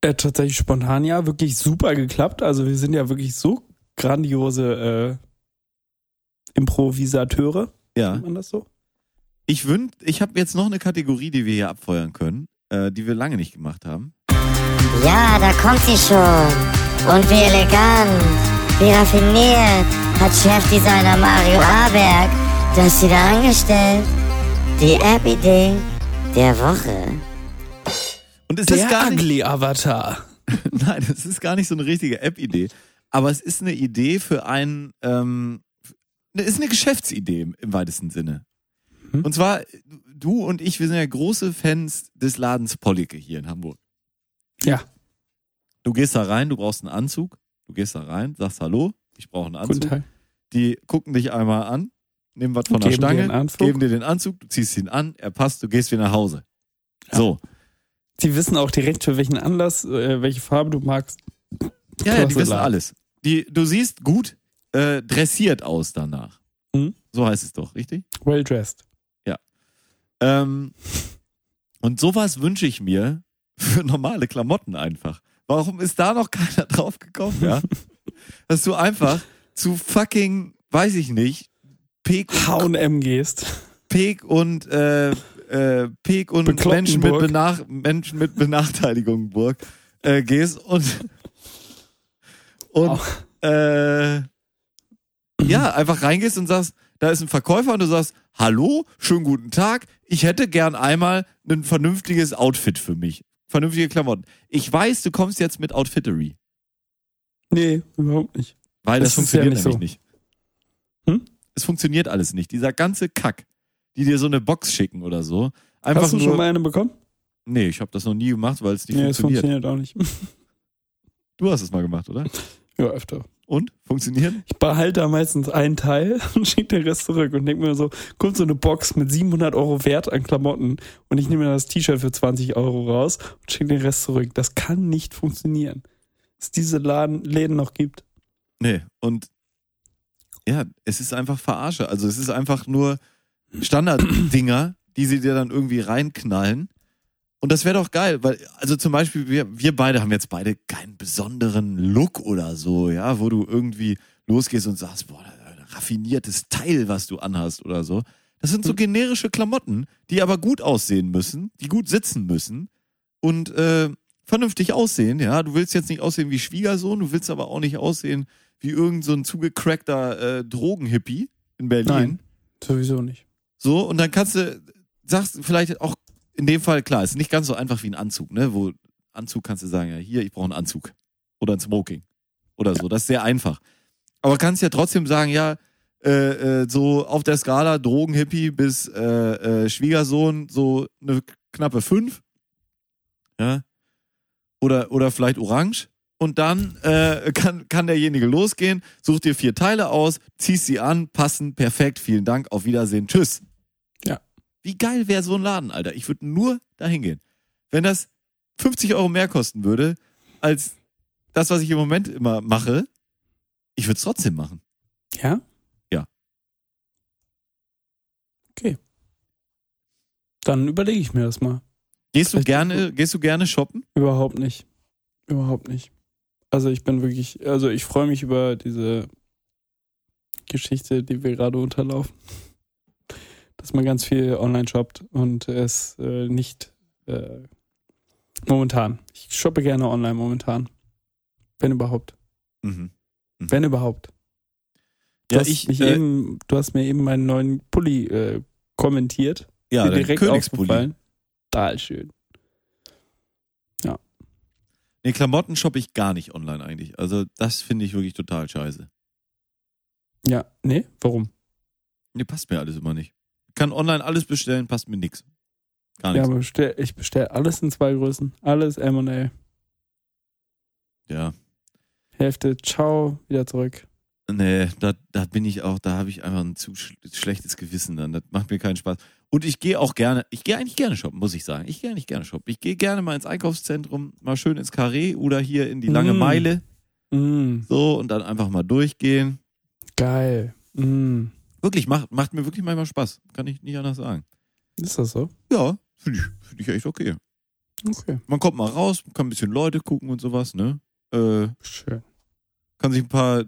Äh, tatsächlich spontan ja, wirklich super geklappt. Also wir sind ja wirklich so grandiose äh, Improvisateure,
Ja.
nennt man das so?
Ich wünsche, ich habe jetzt noch eine Kategorie, die wir hier abfeuern können, äh, die wir lange nicht gemacht haben.
Ja, da kommt sie schon. Und wie elegant, wie raffiniert hat Chefdesigner Mario Aberg das wieder angestellt. Die App-Idee der Woche.
Und es ist
Der
gar nicht,
ugly Avatar.
nein, es ist gar nicht so eine richtige App-Idee, aber es ist eine Idee für einen, ähm, es ist eine Geschäftsidee im, im weitesten Sinne.
Mhm.
Und zwar du und ich, wir sind ja große Fans des Ladens Pollicke hier in Hamburg.
Ja.
Du gehst da rein, du brauchst einen Anzug, Du gehst da rein, sagst Hallo, ich brauche einen
Guten
Anzug.
Tag.
Die gucken dich einmal an, nehmen was von der
Geben dir
Stange,
einen Anzug.
geben dir den Anzug, du ziehst ihn an, er passt, du gehst wieder nach Hause. So.
Die wissen auch direkt, für welchen Anlass, äh, welche Farbe du magst.
Ja, ja, die
Klasse,
wissen
Lars.
alles. Die, du siehst gut äh, dressiert aus danach.
Mhm.
So heißt es doch, richtig?
Well dressed.
Ähm, und sowas wünsche ich mir für normale Klamotten einfach. Warum ist da noch keiner drauf gekommen, ja? Dass du einfach zu fucking, weiß ich nicht, Pek und,
H&M gehst.
Pek und, äh, äh, Pek und
Bekloppenburg.
Menschen mit, Benach Menschen mit Benachteiligung Burg äh, gehst und und äh, ja, einfach reingehst und sagst, da ist ein Verkäufer und du sagst, hallo, schönen guten Tag, ich hätte gern einmal ein vernünftiges Outfit für mich. Vernünftige Klamotten. Ich weiß, du kommst jetzt mit Outfittery,
Nee, überhaupt nicht.
weil das,
Das ist ja
funktioniert
nicht
nämlich
Hm?
nicht. Es funktioniert alles nicht. Dieser ganze Kack, die dir so eine Box schicken oder so. Einfach
Hast du
nur,
schon mal eine bekommen?
Nee, ich habe das noch nie gemacht, weil es nicht
nee, es
funktioniert.
funktioniert auch nicht.
Du hast es mal gemacht, oder?
Ja, öfter.
Und? Funktioniert?
Ich behalte da meistens einen Teil und schicke den Rest zurück und denke mir so, kommt so eine Box mit 700 Euro Wert an Klamotten und ich nehme dann das T-Shirt für 20 Euro raus und schicke den Rest zurück. Das kann nicht funktionieren. Dass diese Laden, Läden noch gibt.
Nee, und ja, es ist einfach Verarsche. Also es ist einfach nur Standarddinger, die sie dir dann irgendwie reinknallen. Und das wäre doch geil, weil, also zum Beispiel, wir, wir beide haben jetzt beide keinen besonderen Look oder so, ja, wo du irgendwie losgehst und sagst, boah, ein raffiniertes Teil, was du anhast oder so. Das sind so generische Klamotten, die aber gut aussehen müssen, die gut sitzen müssen und äh, vernünftig aussehen, ja. Du willst jetzt nicht aussehen wie Schwiegersohn, du willst aber auch nicht aussehen wie irgend so ein zugecrackter äh, Drogenhippie in Berlin.
Nein. Sowieso nicht.
So, und dann kannst du, sagst vielleicht auch, in dem Fall, klar, ist nicht ganz so einfach wie ein Anzug, ne? Wo Anzug kannst du sagen, ja, hier, ich brauche einen Anzug. Oder ein Smoking. Oder so. Das ist sehr einfach. Aber kannst ja trotzdem sagen, ja, äh, äh, so auf der Skala Drogenhippie bis äh, äh, Schwiegersohn, so eine knappe 5. Ja. Oder, oder vielleicht orange. Und dann äh, kann, kann derjenige losgehen, sucht dir vier Teile aus, ziehst sie an, passen, perfekt, vielen Dank, auf Wiedersehen, tschüss.
Ja.
Wie geil wäre so ein Laden, Alter? Ich würde nur dahin gehen. Wenn das 50 Euro mehr kosten würde, als das, was ich im Moment immer mache, ich würde es trotzdem machen.
Ja?
Ja.
Okay. Dann überlege ich mir das mal.
Gehst du
Vielleicht-
gerne, gehst du gerne shoppen?
Überhaupt nicht. Überhaupt nicht. Also ich bin wirklich, also ich freue mich über diese Geschichte, die wir gerade unterlaufen. Dass man ganz viel online shoppt und es äh, nicht äh, momentan. Ich shoppe gerne online momentan. Wenn überhaupt.
Mhm.
Wenn überhaupt. Du,
Ja,
hast,
ich,
mich
äh,
eben, du hast mir eben meinen neuen Pulli äh, kommentiert.
ja,
Mir
dein Königspulli.
aufgefallen. Total schön.
Nee, Klamotten shoppe ich gar nicht online eigentlich. Also, das finde ich wirklich total scheiße.
Ja, nee, warum?
Nee, passt mir alles immer nicht. Kann online alles bestellen, passt mir nix. Gar
Ja,
nichts.
aber bestell, ich bestelle alles in zwei Größen. Alles M&A.
Ja.
Hälfte, ciao, wieder zurück.
Nee, da, da bin ich auch, da habe ich einfach ein zu sch schlechtes Gewissen dann. Das macht mir keinen Spaß. Und ich gehe auch gerne, ich gehe eigentlich gerne shoppen, muss ich sagen. Ich gehe eigentlich gerne shoppen. Ich gehe gerne mal ins Einkaufszentrum, mal schön ins Carré oder hier in die lange
Mm.
Meile.
Mm,
So, und dann einfach mal durchgehen.
geil. Mm.
Wirklich, macht, macht mir wirklich manchmal Spaß. Kann ich nicht anders sagen.
Ist das so?
Ja, finde ich, find ich echt okay.
Okay.
Man kommt mal raus, kann ein bisschen Leute gucken und sowas, ne? Äh,
Schön.
kann sich ein paar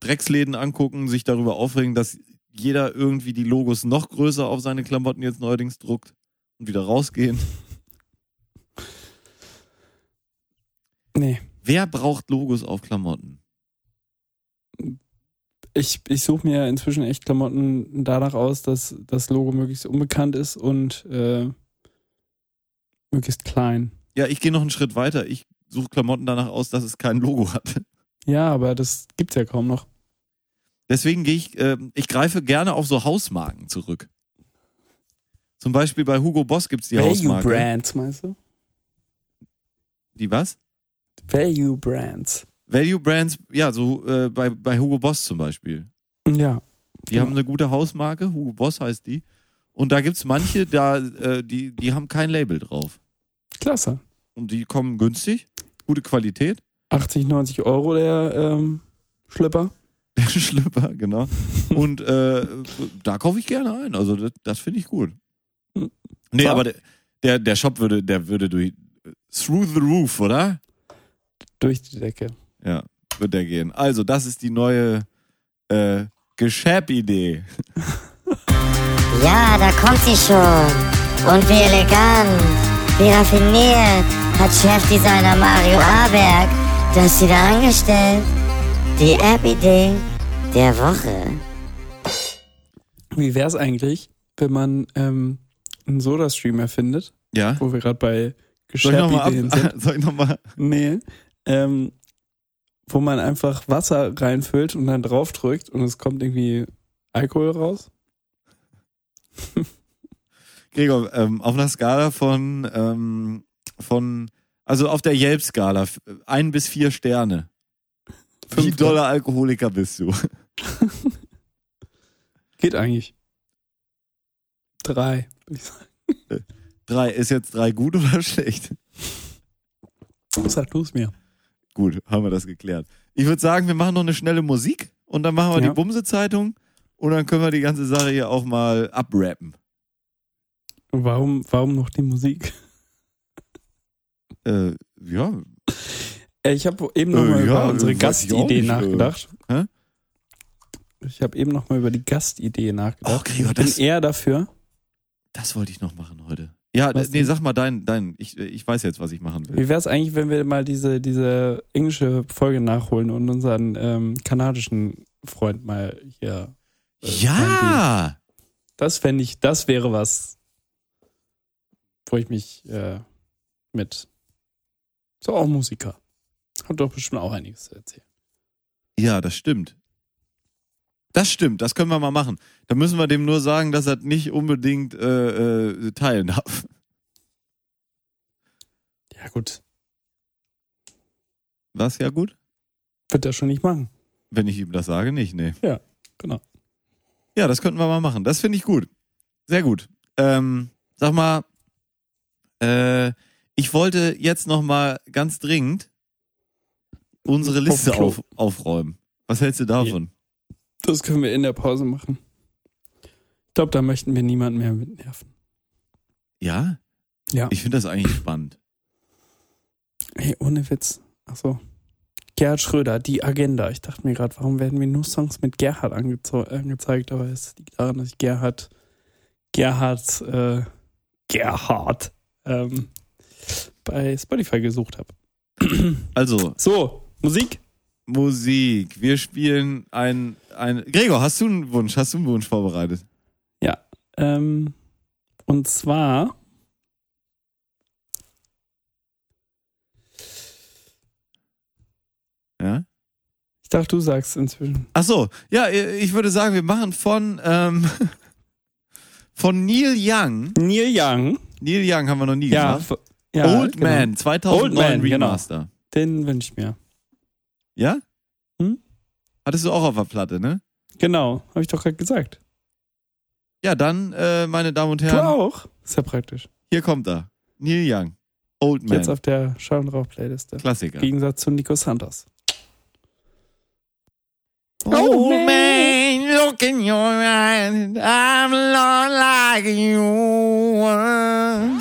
Drecksläden angucken, sich darüber aufregen, dass jeder irgendwie die Logos noch größer auf seine Klamotten jetzt neuerdings druckt und wieder rausgehen.
Nee,
Wer braucht Logos auf Klamotten?
ich, ich suche mir inzwischen echt Klamotten danach aus, dass das Logo möglichst unbekannt ist und äh, möglichst klein.
Ja, ich gehe noch einen Schritt weiter. Ich suche Klamotten danach aus, dass es kein Logo hat.
Ja, aber das gibt's ja kaum noch.
Deswegen gehe ich, äh, ich greife gerne auf so Hausmarken zurück. Zum Beispiel bei Hugo Boss gibt's die
Value
Hausmarke.
Brands, meinst du?
Die was?
Value Brands.
Value Brands, ja, so äh, bei, bei Hugo Boss zum Beispiel.
Ja.
Die haben eine gute Hausmarke, Hugo Boss heißt die. Und da gibt's manche, da, äh, die, die haben kein Label drauf.
Klasse.
Und die kommen günstig, gute Qualität.
80, 90 Euro der ähm, Schlüpper.
Der Schlüpper, genau. Und äh, da kaufe ich gerne ein. Also das, das finde ich gut.
Hm.
Nee,
Klar.
aber der- der, der Shop würde, der würde durch through the roof, oder?
Durch die Decke.
Ja, wird der gehen. Also, das ist die neue äh, Geschäppidee.
Ja, da kommt sie schon. Und wie elegant, wie raffiniert hat Chefdesigner Mario Aberg das wieder angestellt. Die App-Idee der Woche.
Wie wäre es eigentlich, wenn man ähm, einen Soda-Stream erfindet,
Ja.
wo wir gerade bei
Soll ich nochmal
Geschäftsideen sind?
ab? Soll ich nochmal?
Nee. Ähm, wo man einfach Wasser reinfüllt und dann draufdrückt und es kommt irgendwie Alkohol raus.
Gregor, ähm, auf einer Skala von, ähm, von, also auf der Yelp-Skala, f- ein bis vier Sterne. Wie
Fünf.
doller Alkoholiker bist du?
Geht eigentlich. Drei, würde ich sagen.
Drei, ist jetzt drei gut oder schlecht?
Sag du es mir.
Gut, haben wir das geklärt. Ich würde sagen, wir machen noch eine schnelle Musik und dann machen wir
Ja.
die Bumse-Zeitung und dann können wir die ganze Sache hier auch mal abrappen.
Und warum, warum noch die Musik?
Äh, ja,
Äh, Ich habe eben
Äh,
nochmal
ja,
über unsere
äh, weiß ich auch
Gastidee
nicht, äh,
nachgedacht.
hä?
Ich habe eben nochmal über die Gastidee nachgedacht.
Okay, ja,
ich bin
das-
eher dafür.
das wollte ich noch machen heute. Ja,
Was
nee,
denn?
sag mal deinen, dein, ich, ich weiß jetzt, was ich machen will.
Wie wäre es eigentlich, wenn wir mal diese, diese englische Folge nachholen und unseren ähm, kanadischen Freund mal hier. äh, einbinden?
Ja!
Das fände ich, das wäre was, wo ich mich äh, mit. Ist doch auch Musiker. Hat doch bestimmt auch einiges zu erzählen.
Ja, das stimmt. Das stimmt, das können wir mal machen. Da müssen wir dem nur sagen, dass er nicht unbedingt äh, äh, teilen darf.
Ja, gut.
Was ja gut,
Wird er schon nicht machen.
wenn ich ihm das sage, nicht, nee.
Ja, genau.
Ja, das könnten wir mal machen. Das finde ich gut. Sehr gut. Ähm, sag mal, äh, ich wollte jetzt noch mal ganz dringend unsere
Auf dem
Liste
Klo.
auf, aufräumen. Was hältst du davon?
Das können wir in der Pause machen. Ich glaube, da möchten wir niemanden mehr mit nerven.
Ja?
Ja.
Ich finde das eigentlich spannend.
Hey, ohne Witz. Achso. Gerhard Schröder, die Agenda. Ich dachte mir gerade, warum werden mir nur Songs mit Gerhard angezeu- angezeigt? Aber es liegt daran, dass ich Gerhard, Gerhard, äh, Gerhard ähm, bei Spotify gesucht habe.
Also,
So, Musik.
Musik. Wir spielen ein, ein. Gregor, hast du einen Wunsch? Hast du einen Wunsch vorbereitet?
Ähm, und zwar.
Ja?
Ich dachte, du sagst inzwischen.
Ach so. Ja, ich würde sagen, wir machen von ähm, von Neil Young.
Neil Young.
Neil Young haben wir noch nie
Ja.
gemacht.
f- ja
Old
genau.
Man 2009
Old Man, genau.
Remaster.
Den wünsche ich mir.
Ja?
Hm?
Hattest du auch auf der Platte, ne?
Genau, habe ich doch gerade gesagt.
Ja, dann, äh, meine Damen und
Du
Herren,
auch? Ist ja praktisch.
hier kommt er. Neil Young. Old Man.
Jetzt auf der Schau- und Rauch-Playliste.
Klassiker.
Im Gegensatz zu Nico Santos.
Oh man, look in your eyes, I'm not like you were.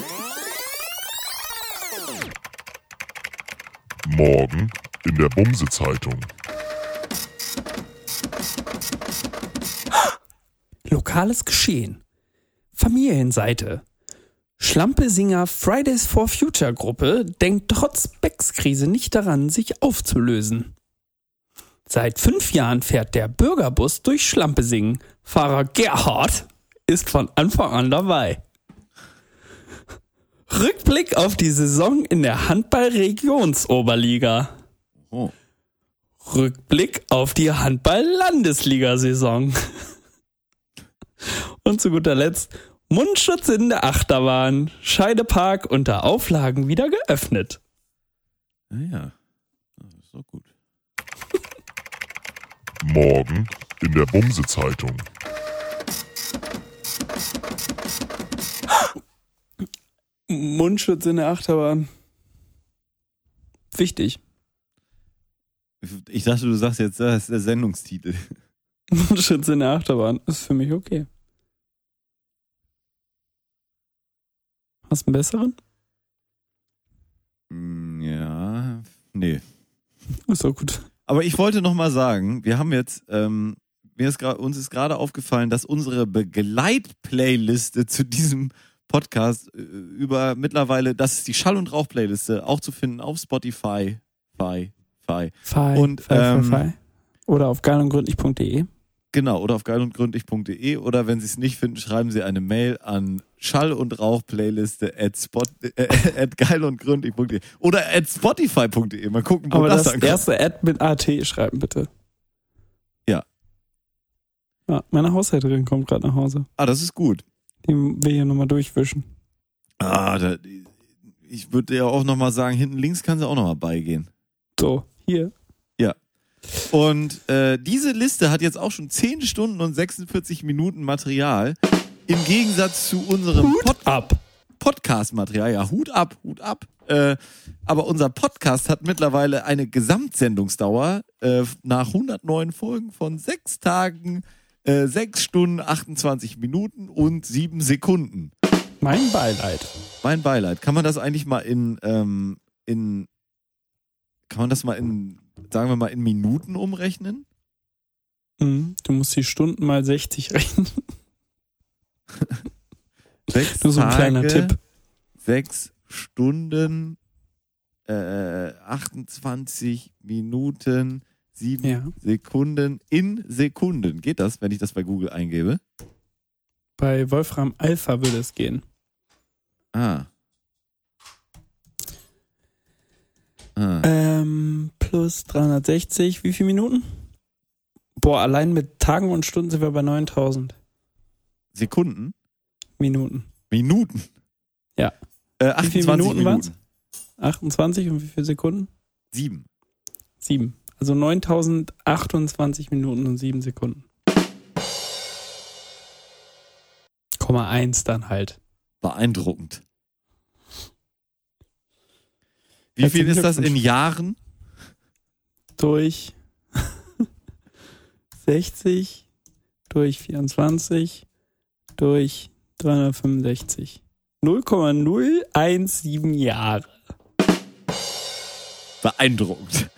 Morgen in der Bumse-Zeitung.
Lokales Geschehen. Familienseite. Schlampesinger Fridays for Future Gruppe denkt trotz Becks-Krise nicht daran, sich aufzulösen. Seit fünf Jahren fährt der Bürgerbus durch Schlampesingen. Fahrer Gerhard ist von Anfang an dabei. Rückblick auf die Saison in der Handball-Regionsoberliga.
Oh.
Rückblick auf die Handball-Landesliga-Saison. Und zu guter Letzt Mundschutz in der Achterbahn. Scheidepark unter Auflagen wieder geöffnet.
Naja, das ist doch gut.
morgen in der Bumse-Zeitung.
Mundschutz in der Achterbahn. Wichtig.
Ich dachte, du sagst jetzt, das ist der Sendungstitel.
Mundschutz in der Achterbahn ist für mich okay. Hast du einen besseren?
Mm, Ja, nee.
Ist doch gut.
Aber ich wollte noch mal sagen, wir haben jetzt, ähm, mir ist gra- uns ist gerade aufgefallen, dass unsere Begleitplayliste zu diesem Podcast äh, über mittlerweile, das ist die Schall- und Rauch-Playliste, auch zu finden auf Spotify, Fi, Fi.
Fei,
Und,
fei, fei,
ähm,
fei. Oder auf geilundgründlich.de.
Genau, oder auf geilundgründlich.de oder wenn Sie es nicht finden, schreiben Sie eine Mail an Schall- und Rauch-Playliste at, spot, äh, at geilundgründlich.de oder at spotify.de. Mal gucken, wo
Aber das,
das ankommt.
erste Ad mit AT schreiben, bitte.
Ja.
Ja, meine Haushälterin kommt gerade nach Hause.
Ah, das ist gut.
Die will hier nochmal durchwischen.
Ah, da, ich würde ja auch nochmal sagen, hinten links kann sie auch nochmal beigehen.
So, hier.
Und äh, diese Liste hat jetzt auch schon 10 Stunden und 46 Minuten Material. Im Gegensatz zu unserem Pod
Ab.
Podcast-Material. Ja, Hut ab, Hut ab. Äh, aber unser Podcast hat mittlerweile eine Gesamtsendungsdauer äh, nach 109 Folgen von 6 Tagen, äh, 6 Stunden, 28 Minuten und 7 Sekunden.
Mein Beileid.
Mein Beileid. Kann man das eigentlich mal in, ähm, in, kann man das mal in, sagen wir mal, in Minuten umrechnen?
Mhm. Du musst die Stunden mal 60 rechnen.
Sechs
Nur so ein kleiner
Tage,
Tipp.
Sechs Stunden, äh, 28 Minuten, sieben
Ja.
Sekunden in Sekunden. Geht das, wenn ich das bei Google eingebe?
Bei Wolfram Alpha würde es gehen.
Ah. Ah.
Ähm, plus 360, wie viele Minuten? Boah, allein mit Tagen und Stunden sind wir bei 9000
Sekunden?
Minuten.
Minuten?
Ja.
Äh,
Wie
28
viele Minuten
Minuten.
waren's? 28 und wie viele Sekunden?
Sieben.
Sieben. Also 9028 Minuten und sieben Sekunden. Komma eins dann halt.
Beeindruckend. Wie
Herzlichen
viel ist das in
Glückwunsch.
Jahren?
Durch 60, durch 24, durch 365. 0,017 Jahre.
Beeindruckend.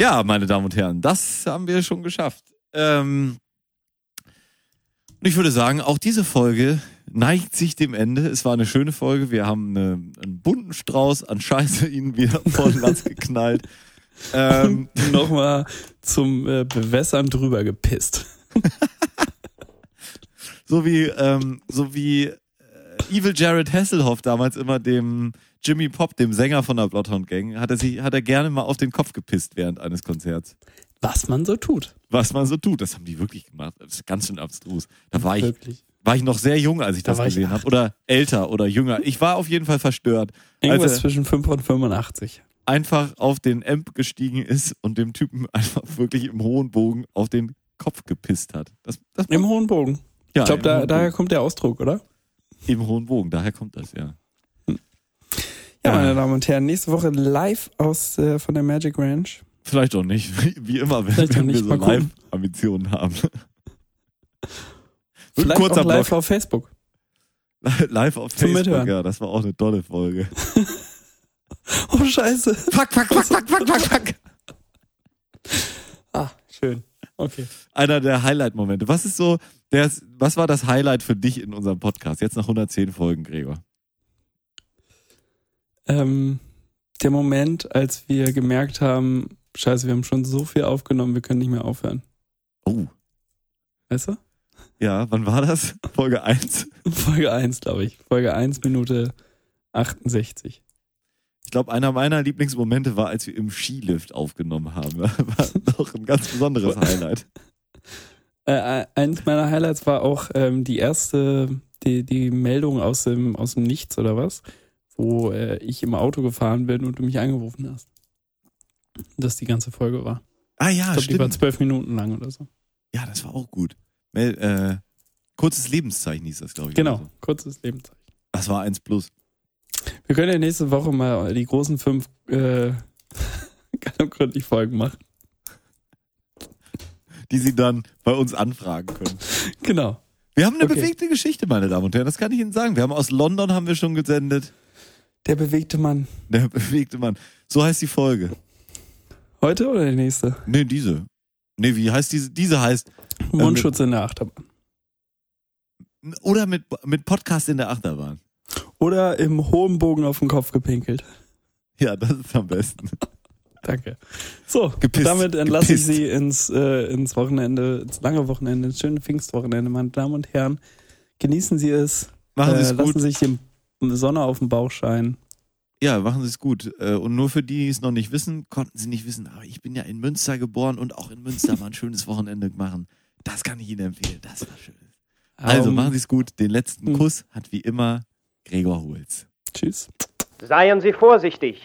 ja, meine Damen und Herren, das haben wir schon geschafft. Ähm, und ich würde sagen, auch diese Folge neigt sich dem Ende. Es war eine schöne Folge. Wir haben eine, einen bunten Strauß an Scheiße Ihnen wieder vor den Latz geknallt. Ähm,
Nochmal zum äh, Bewässern drüber gepisst.
So wie, ähm, so wie äh, Evil Jared Hasselhoff damals immer dem Jimmy Pop, dem Sänger von der Bloodhound Gang, hat er, sich, hat er gerne mal auf den Kopf gepisst während eines Konzerts.
Was man so tut.
Was man so tut, das haben die wirklich gemacht. Das ist ganz schön abstrus. Da war ich,
Wirklich.
war ich noch sehr jung, als ich
Da
das
war ich
gesehen
acht.
habe. Oder älter oder jünger. Ich war auf jeden Fall verstört,
Irgendwas
Also-
zwischen 5 und 85.
einfach auf den Amp gestiegen ist und dem Typen einfach wirklich im hohen Bogen auf den Kopf gepisst hat. Das, das,
Im hohen Bogen.
ja,
Ich glaube,
im
da,
hohen
daher
Bogen.
kommt der Ausdruck, oder?
Im hohen Bogen, daher kommt das, ja.
Ja,
Ja.
meine Damen und Herren, nächste Woche live aus äh, von der Magic Ranch.
Vielleicht auch nicht. Wie immer, wenn,
Vielleicht auch
wenn
nicht.
wir so
Mal gucken.
Live-Ambitionen haben. Ein
Vielleicht
kurzer
auch live
Block.
auf Facebook.
Live auf
Zum
Facebook,
Mithören.
ja, das war auch eine tolle Folge.
Oh, scheiße.
Fuck, fuck, fuck, fuck, fuck, fuck, fuck.
Ah, schön. Okay.
Einer der Highlight-Momente. Was ist so, der ist, was war das Highlight für dich in unserem Podcast? Jetzt nach 110 Folgen, Gregor.
Ähm, der Moment, als wir gemerkt haben, scheiße, wir haben schon so viel aufgenommen, wir können nicht mehr aufhören.
Oh.
Weißt du?
Ja, wann war das? Folge 1?
Folge 1, glaube ich. Folge 1, Minute 68.
Ich glaube, einer meiner Lieblingsmomente war, als wir im Skilift aufgenommen haben. War noch ein ganz besonderes Highlight.
Äh, äh, eins meiner Highlights war auch ähm, die erste, die, die Meldung aus dem, aus dem Nichts oder was, wo äh, ich im Auto gefahren bin und du mich angerufen hast. Das die ganze Folge war.
Ah ja,
Ich glaube, die war
stimmt.
zwölf Minuten lang oder so.
Ja, das war auch gut. Mel, äh, kurzes Lebenszeichen hieß das, glaube ich. oder
Genau,
so.
kurzes Lebenszeichen.
Das war eins plus.
Wir können ja nächste Woche mal die großen fünf äh, gründlich Folgen machen.
Die sie dann bei uns anfragen können.
Genau.
Wir haben eine
Okay.
bewegte Geschichte, meine Damen und Herren. Das kann ich Ihnen sagen. Wir haben aus London haben wir schon gesendet.
Der bewegte Mann.
Der bewegte Mann. So heißt die Folge.
Heute oder die nächste?
Nee, diese. Nee, wie heißt diese? Diese heißt.
Mundschutz in der Achterbahn.
Oder mit, mit Podcast in der Achterbahn.
Oder im hohen Bogen auf den Kopf gepinkelt.
Ja, das ist am besten.
Danke. So,
Gepisst,
damit entlasse ich
gepisst.
Sie ins, äh, ins Wochenende, ins lange Wochenende, ins schöne Pfingstwochenende, meine Damen und Herren. Genießen Sie es.
Machen Sie es
äh,
gut.
Lassen Sie sich die Sonne auf den Bauch scheinen.
Ja, machen Sie es gut. Äh, Und nur für die, die es noch nicht wissen, konnten Sie nicht wissen, aber ich bin ja in Münster geboren und auch in Münster mal ein schönes Wochenende machen. Das kann ich Ihnen empfehlen. Das war schön. Also
Ähm,
machen Sie es gut. Den letzten
Mhm.
Kuss hat wie immer Gregor Holz.
Tschüss.
Seien Sie vorsichtig.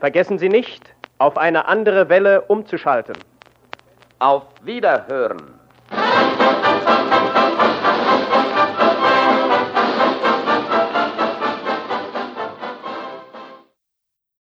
Vergessen Sie nicht, auf eine andere Welle umzuschalten.
Auf Wiederhören.